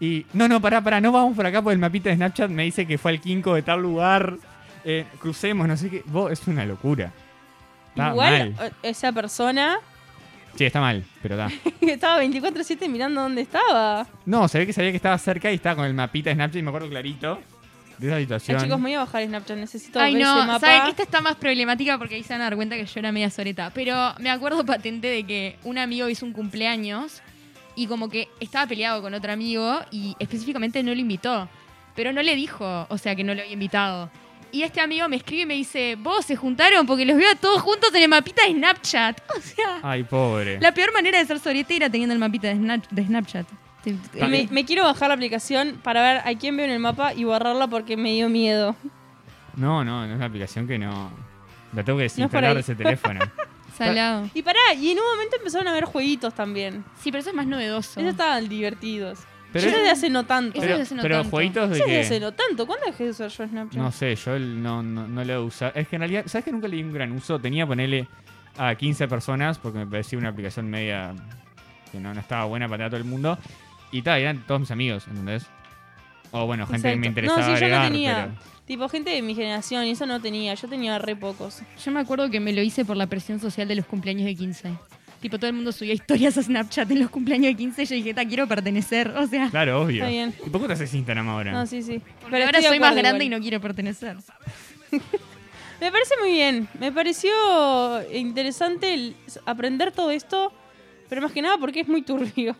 Speaker 2: Y. No, no, pará, pará, no vamos por acá por el mapita de Snapchat. Me dice que fue al Quinco de tal lugar. eh, crucemos, no sé qué. Vos, es una locura. Está
Speaker 3: Igual
Speaker 2: mal.
Speaker 3: o- esa persona [LAUGHS]
Speaker 2: Sí, está mal, pero está.
Speaker 3: estaba 24-7 mirando dónde estaba.
Speaker 2: No, se ve que sabía que estaba cerca y estaba con el mapita de Snapchat y me acuerdo clarito de esa
Speaker 3: Ay,
Speaker 2: situación.
Speaker 3: chicos, me voy a bajar Snapchat, necesito
Speaker 4: Ay,
Speaker 3: ver ese
Speaker 4: no,
Speaker 3: mapa.
Speaker 4: ¿saben? Esta está más problemática porque ahí se van a dar cuenta que yo era media soreta. Pero me acuerdo patente de que un amigo hizo un cumpleaños y como que estaba peleado con otro amigo y específicamente no lo invitó. Pero no le dijo, o sea, que no lo había invitado. Y este amigo me escribe y me dice, vos se juntaron porque los veo a todos juntos en el mapita de Snapchat. [LAUGHS] O sea,
Speaker 2: Ay, pobre.
Speaker 4: la peor manera de ser sorete era teniendo el mapita de, Snap- de Snapchat. Te- te-
Speaker 3: me, me quiero bajar la aplicación para ver a quién veo en el mapa y borrarla porque me dio miedo.
Speaker 2: No, no, no es una aplicación que no. La tengo que
Speaker 3: por
Speaker 2: desinstalar de
Speaker 3: ahí.
Speaker 2: ese
Speaker 3: [LAUGHS]
Speaker 2: teléfono.
Speaker 4: Salado.
Speaker 3: Y pará, y en un momento empezaron a haber jueguitos también.
Speaker 4: Sí, pero eso es más novedoso.
Speaker 3: Esos estaban divertidos.
Speaker 2: Pero
Speaker 3: yo
Speaker 2: es-
Speaker 3: desde hace no tanto.
Speaker 4: Eso
Speaker 2: Pero,
Speaker 4: es hace no
Speaker 2: pero
Speaker 4: tanto.
Speaker 2: jueguitos de
Speaker 3: Yo desde hace
Speaker 2: que.
Speaker 3: no tanto. ¿Cuándo dejé de usar yo Snapchat?
Speaker 2: No sé, yo el- no, no, no lo he usado. Es que en realidad, ¿sabes que nunca le di un gran uso? Tenía ponerle a 15 personas porque me parecía una aplicación media que no, no estaba buena para todo el mundo. Y tal, eran todos mis amigos, ¿entendés? O bueno, gente que me
Speaker 3: Exacto.
Speaker 2: interesaba
Speaker 3: No, sí, yo
Speaker 2: agregar.
Speaker 3: no tenía.
Speaker 2: pero-
Speaker 3: Tipo, gente de mi generación, y eso no tenía. Yo tenía re pocos.
Speaker 4: Yo me acuerdo que me lo hice por la presión social de los cumpleaños de 15. Tipo, todo el mundo subía historias a Snapchat en los cumpleaños de 15 y yo dije, ta, quiero pertenecer. O sea,
Speaker 2: Claro, obvio.
Speaker 3: Está bien.
Speaker 2: ¿Y por qué te haces Instagram ahora?
Speaker 3: No, sí, sí.
Speaker 4: pero ahora soy más grande y
Speaker 3: no
Speaker 4: no quiero pertenecer.
Speaker 3: Me parece muy bien. Me pareció interesante el- aprender todo esto, pero más que nada porque es muy turbio.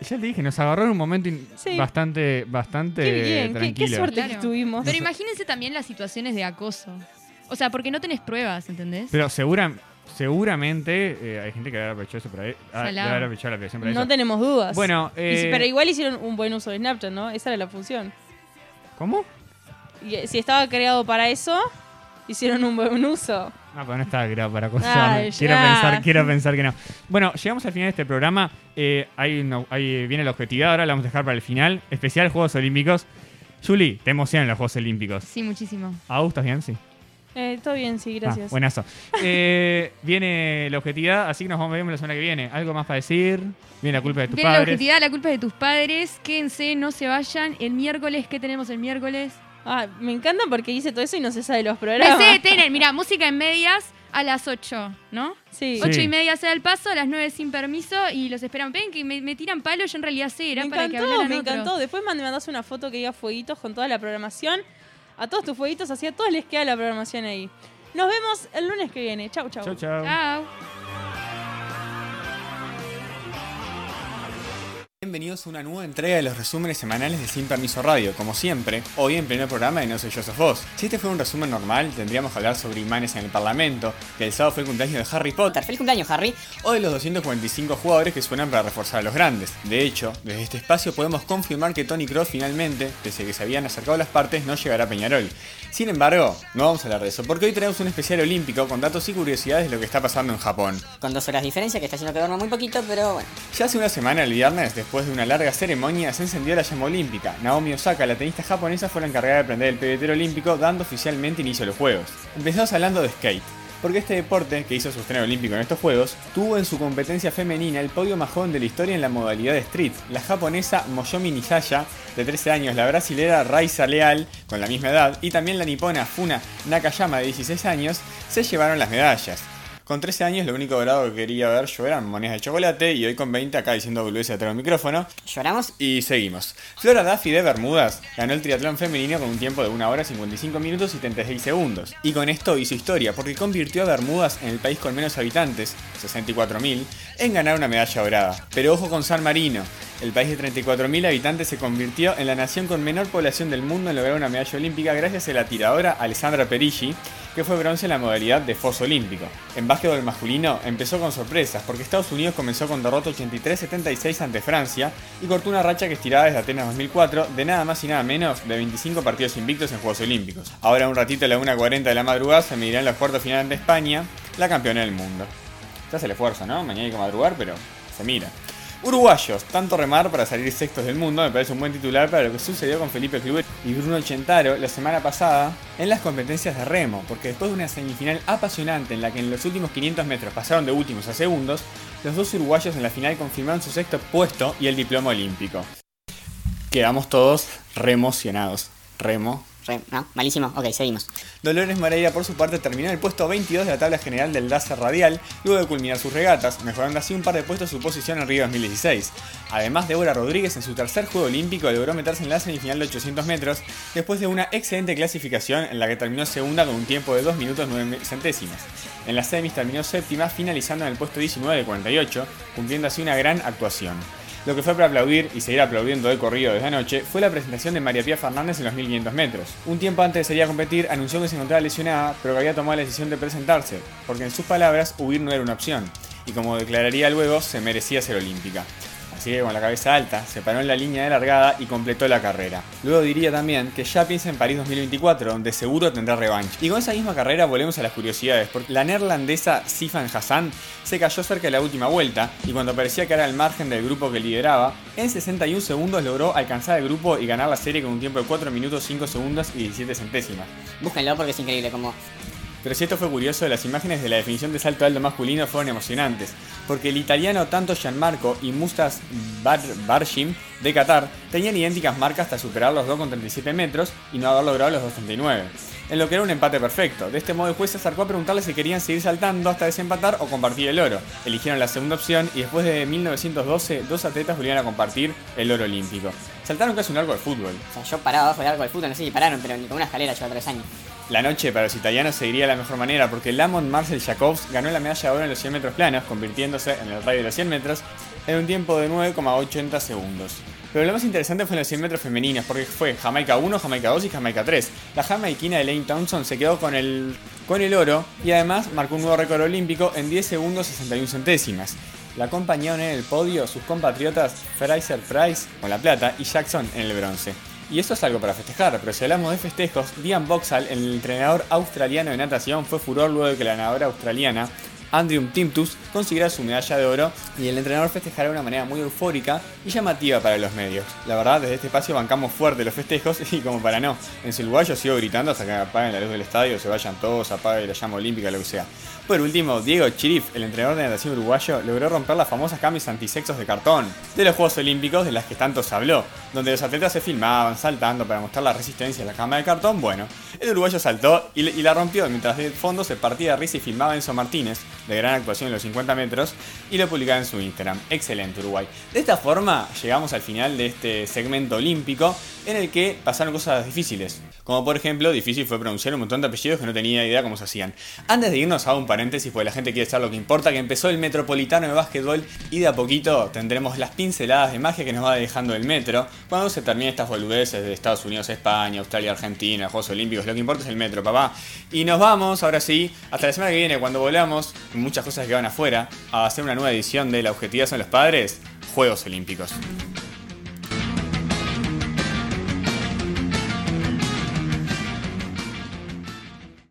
Speaker 2: Ya te dije, nos agarró en un momento in-
Speaker 3: Sí.
Speaker 2: bastante, bastante
Speaker 3: qué bien, qué- qué,
Speaker 2: Este, tranquilo.
Speaker 3: suerte que
Speaker 4: Claro.
Speaker 3: tuvimos.
Speaker 4: Pero imagínense también las situaciones de acoso. O sea, porque no tenés pruebas, ¿entendés?
Speaker 2: Pero segura, seguramente eh, hay gente que debe haber aprovechado eso para- ah, debe
Speaker 4: Salado.
Speaker 2: haber aprovechado la aplicación para
Speaker 3: no
Speaker 2: eso.
Speaker 3: tenemos dudas.
Speaker 2: Bueno,
Speaker 3: Y si-
Speaker 2: eh,
Speaker 3: pero igual hicieron un buen uso de Snapchat, ¿no? Esa era la función.
Speaker 2: ¿cómo?
Speaker 3: Y, eh, si estaba creado para eso, hicieron un buen uso.
Speaker 2: No, pero Ah, pues no está grave para acosarme.
Speaker 3: Ay,
Speaker 2: quiero
Speaker 3: ya.
Speaker 2: pensar, quiero pensar que no. Bueno, llegamos al final de este programa. Eh, ahí, no- ahí viene la objetividad, ahora la vamos a dejar para el final. Especial Juegos Olímpicos. Juli, te emocionan los Juegos Olímpicos.
Speaker 4: Sí, muchísimo.
Speaker 2: ¿Agus, estás bien? Sí.
Speaker 3: Eh, todo bien, sí,
Speaker 2: Ah,
Speaker 3: gracias.
Speaker 2: buenazo. Eh, viene la objetividad, así que nos vemos la semana que viene. ¿Algo más para decir? Viene la culpa de tus
Speaker 4: Bien, la
Speaker 2: padres.
Speaker 4: objetividad, la culpa es de tus padres. Quédense, no se vayan. El miércoles, ¿qué tenemos el miércoles?
Speaker 3: Ah, me encanta porque hice todo eso y no se sabe los
Speaker 4: Me
Speaker 3: programas.
Speaker 4: sé tener, mira, música en medias a las 8, ¿no?
Speaker 3: Sí.
Speaker 2: Sí.
Speaker 4: 8 y media será el paso, a las 9 sin permiso y los esperan. Ven que me, me tiran palo, yo en realidad sé,
Speaker 3: Me
Speaker 4: era para que
Speaker 3: encantó,
Speaker 4: hablaran
Speaker 3: me
Speaker 4: otro.
Speaker 3: encantó. Después me mandás una foto que diga fueguitos con toda la programación. A todos tus fueguitos, así a todos les queda la programación ahí. Nos vemos el lunes que viene. Chau, chau.
Speaker 2: Chau, chau.
Speaker 4: Chao.
Speaker 7: Bienvenidos a una nueva entrega de los resúmenes semanales de Sin Permiso Radio, como siempre, hoy en primer programa de No Soy Yo Sos Vos. Si este fuera un resumen normal, tendríamos que hablar sobre imanes en el Parlamento, que el sábado fue el cumpleaños de Harry Potter,
Speaker 8: Feliz cumpleaños, Harry.
Speaker 7: o de los 245 jugadores que suenan para reforzar a los grandes. De hecho, desde este espacio podemos confirmar que Tony Kroos finalmente, desde que se habían acercado las partes, no llegará a Peñarol. Sin embargo, no vamos a hablar de eso, porque hoy traemos un especial olímpico con datos y curiosidades de lo que está pasando en Japón.
Speaker 8: Con dos horas de diferencia, que está haciendo que duerma muy poquito, pero bueno.
Speaker 7: Ya hace una semana, el viernes, después de una larga ceremonia, se encendió la llama olímpica. Naomi Osaka, la tenista japonesa, fue la encargada de prender el pebetero olímpico, dando oficialmente inicio a los Juegos. Empezamos hablando de skate, porque este deporte, que hizo su estreno olímpico en estos Juegos, tuvo en su competencia femenina el podio más joven de la historia en la modalidad de street. La japonesa Moyomi Nisaya, de 13 años, la brasilera Raiza Leal, con la misma edad, y también la nipona Funa Nakayama, de 16 años, se llevaron las medallas. Con 13 años lo único dorado que quería ver yo eran monedas de chocolate y hoy con 20 acá diciendo volvés atrás del micrófono
Speaker 8: ¿Lloramos?
Speaker 7: y seguimos. Flora Duffy de Bermudas ganó el triatlón femenino con un tiempo de 1 hora 55 minutos y 36 segundos. Y con esto hizo historia porque convirtió a Bermudas en el país con menos habitantes, 64.000, en ganar una medalla dorada. Pero ojo con San Marino, el país de 34.000 habitantes se convirtió en la nación con menor población del mundo en lograr una medalla olímpica gracias a la tiradora Alessandra Perigi, que fue bronce en la modalidad de foso olímpico. En básquetbol masculino empezó con sorpresas porque Estados Unidos comenzó con derrota 83-76 ante Francia y cortó una racha que estiraba desde Atenas 2004 de nada más y nada menos de 25 partidos invictos en Juegos Olímpicos. Ahora un ratito a la 1.40 de la madrugada se medirán los cuartos final ante España, la campeona del mundo. Se hace el esfuerzo, ¿no? Mañana hay que madrugar, pero se mira. Uruguayos, tanto remar para salir sextos del mundo me parece un buen titular para lo que sucedió con Felipe Kluber y Bruno Chentaro la semana pasada en las competencias de remo, porque después de una semifinal apasionante en la que en los últimos 500 metros pasaron de últimos a segundos, los dos uruguayos en la final confirmaron su sexto puesto y el diploma olímpico. Quedamos todos remocionados. Remo,
Speaker 8: Re- no, malísimo. Ok, seguimos.
Speaker 7: Dolores Moreira, por su parte, terminó en el puesto 22 de la tabla general del DASA Radial, luego de culminar sus regatas, mejorando así un par de puestos su posición en Río 2016. Además, Débora Rodríguez, en su tercer juego olímpico, logró meterse en la semifinal de 800 metros, después de una excelente clasificación en la que terminó segunda con un tiempo de 2 minutos 9 centésimas. En las semis terminó séptima, finalizando en el puesto 19 de 48, cumpliendo así una gran actuación. Lo que fue para aplaudir y seguir aplaudiendo de corrido desde anoche fue la presentación de María Pía Fernández en los 1500 metros. Un tiempo antes de salir a competir, anunció que se encontraba lesionada, pero que había tomado la decisión de presentarse, porque en sus palabras huir no era una opción, y como declararía luego, se merecía ser olímpica. Así que con la cabeza alta, se paró en la línea de largada y completó la carrera. Luego diría también que ya piensa en París 2024, donde seguro tendrá revancha. Y con esa misma carrera volvemos a las curiosidades, porque la neerlandesa Sifan Hassan se cayó cerca de la última vuelta y cuando parecía que era al margen del grupo que lideraba, en 61 segundos logró alcanzar el grupo y ganar la serie con un tiempo de 4 minutos 5 segundos y 17 centésimas.
Speaker 8: Búsquenlo porque es increíble como...
Speaker 7: Pero si esto fue curioso, las imágenes de la definición de salto alto masculino fueron emocionantes, porque el italiano tanto Gianmarco y Mustas Bar Barshim de Qatar tenían idénticas marcas hasta superar los 2,37 metros y no haber logrado los 2,39, en lo que era un empate perfecto. De este modo el juez se acercó a preguntarle si querían seguir saltando hasta desempatar o compartir el oro. Eligieron la segunda opción y después de 1912 dos atletas volvieron a compartir el oro olímpico. Saltaron casi un arco de fútbol.
Speaker 8: O sea, yo paraba abajo del arco del fútbol, no sé si pararon, pero ni con una escalera llevo tres años.
Speaker 7: La noche para los italianos seguiría de la mejor manera porque Lamont Marcel Jacobs ganó la medalla de oro en los 100 metros planos, convirtiéndose en el rey de los 100 metros en un tiempo de 9,80 segundos. Pero lo más interesante fue en los 100 metros femeninos porque fue Jamaica 1, Jamaica 2 y Jamaica 3. La jamaiquina Elaine Thompson se quedó con el, con el oro y además marcó un nuevo récord olímpico en 10 segundos 61 centésimas. La acompañaron en el podio sus compatriotas Fraser Price con la plata y Jackson en el bronce. Y eso es algo para festejar, pero si hablamos de festejos, Dian Boxall, el entrenador australiano de natación, fue furor luego de que la nadadora australiana Andrew Timtus consiguiera su medalla de oro y el entrenador festejara de una manera muy eufórica y llamativa para los medios. La verdad, desde este espacio bancamos fuerte los festejos [LAUGHS] y como para no, en su lugar yo sigo gritando hasta que apaguen la luz del estadio, se vayan todos, apague la llama olímpica, lo que sea. Por último, Diego Chirif, el entrenador de natación uruguayo, logró romper las famosas camis antisexos de cartón de los Juegos Olímpicos de las que tanto se habló, donde los atletas se filmaban saltando para mostrar la resistencia a la cama de cartón. Bueno, el uruguayo saltó y, y la rompió, mientras de fondo se partía de risa y filmaba Enzo Martínez, de gran actuación en los 50 metros, y lo publicaba en su Instagram. Excelente Uruguay. De esta forma llegamos al final de este segmento olímpico en el que pasaron cosas difíciles. Como por ejemplo, difícil fue pronunciar un montón de apellidos que no tenía idea cómo se hacían. Antes de irnos, hago un paréntesis porque la gente quiere saber lo que importa, que empezó el Metropolitano de Básquetbol y de a poquito tendremos las pinceladas de magia que nos va dejando el metro cuando se terminen estas boludeces de Estados Unidos, España, Australia, Argentina, Juegos Olímpicos. Lo que importa es el metro, papá. Y nos vamos, ahora sí, hasta la semana que viene cuando volamos, con muchas cosas que van afuera, a hacer una nueva edición de La Objetividad son los Padres, Juegos Olímpicos.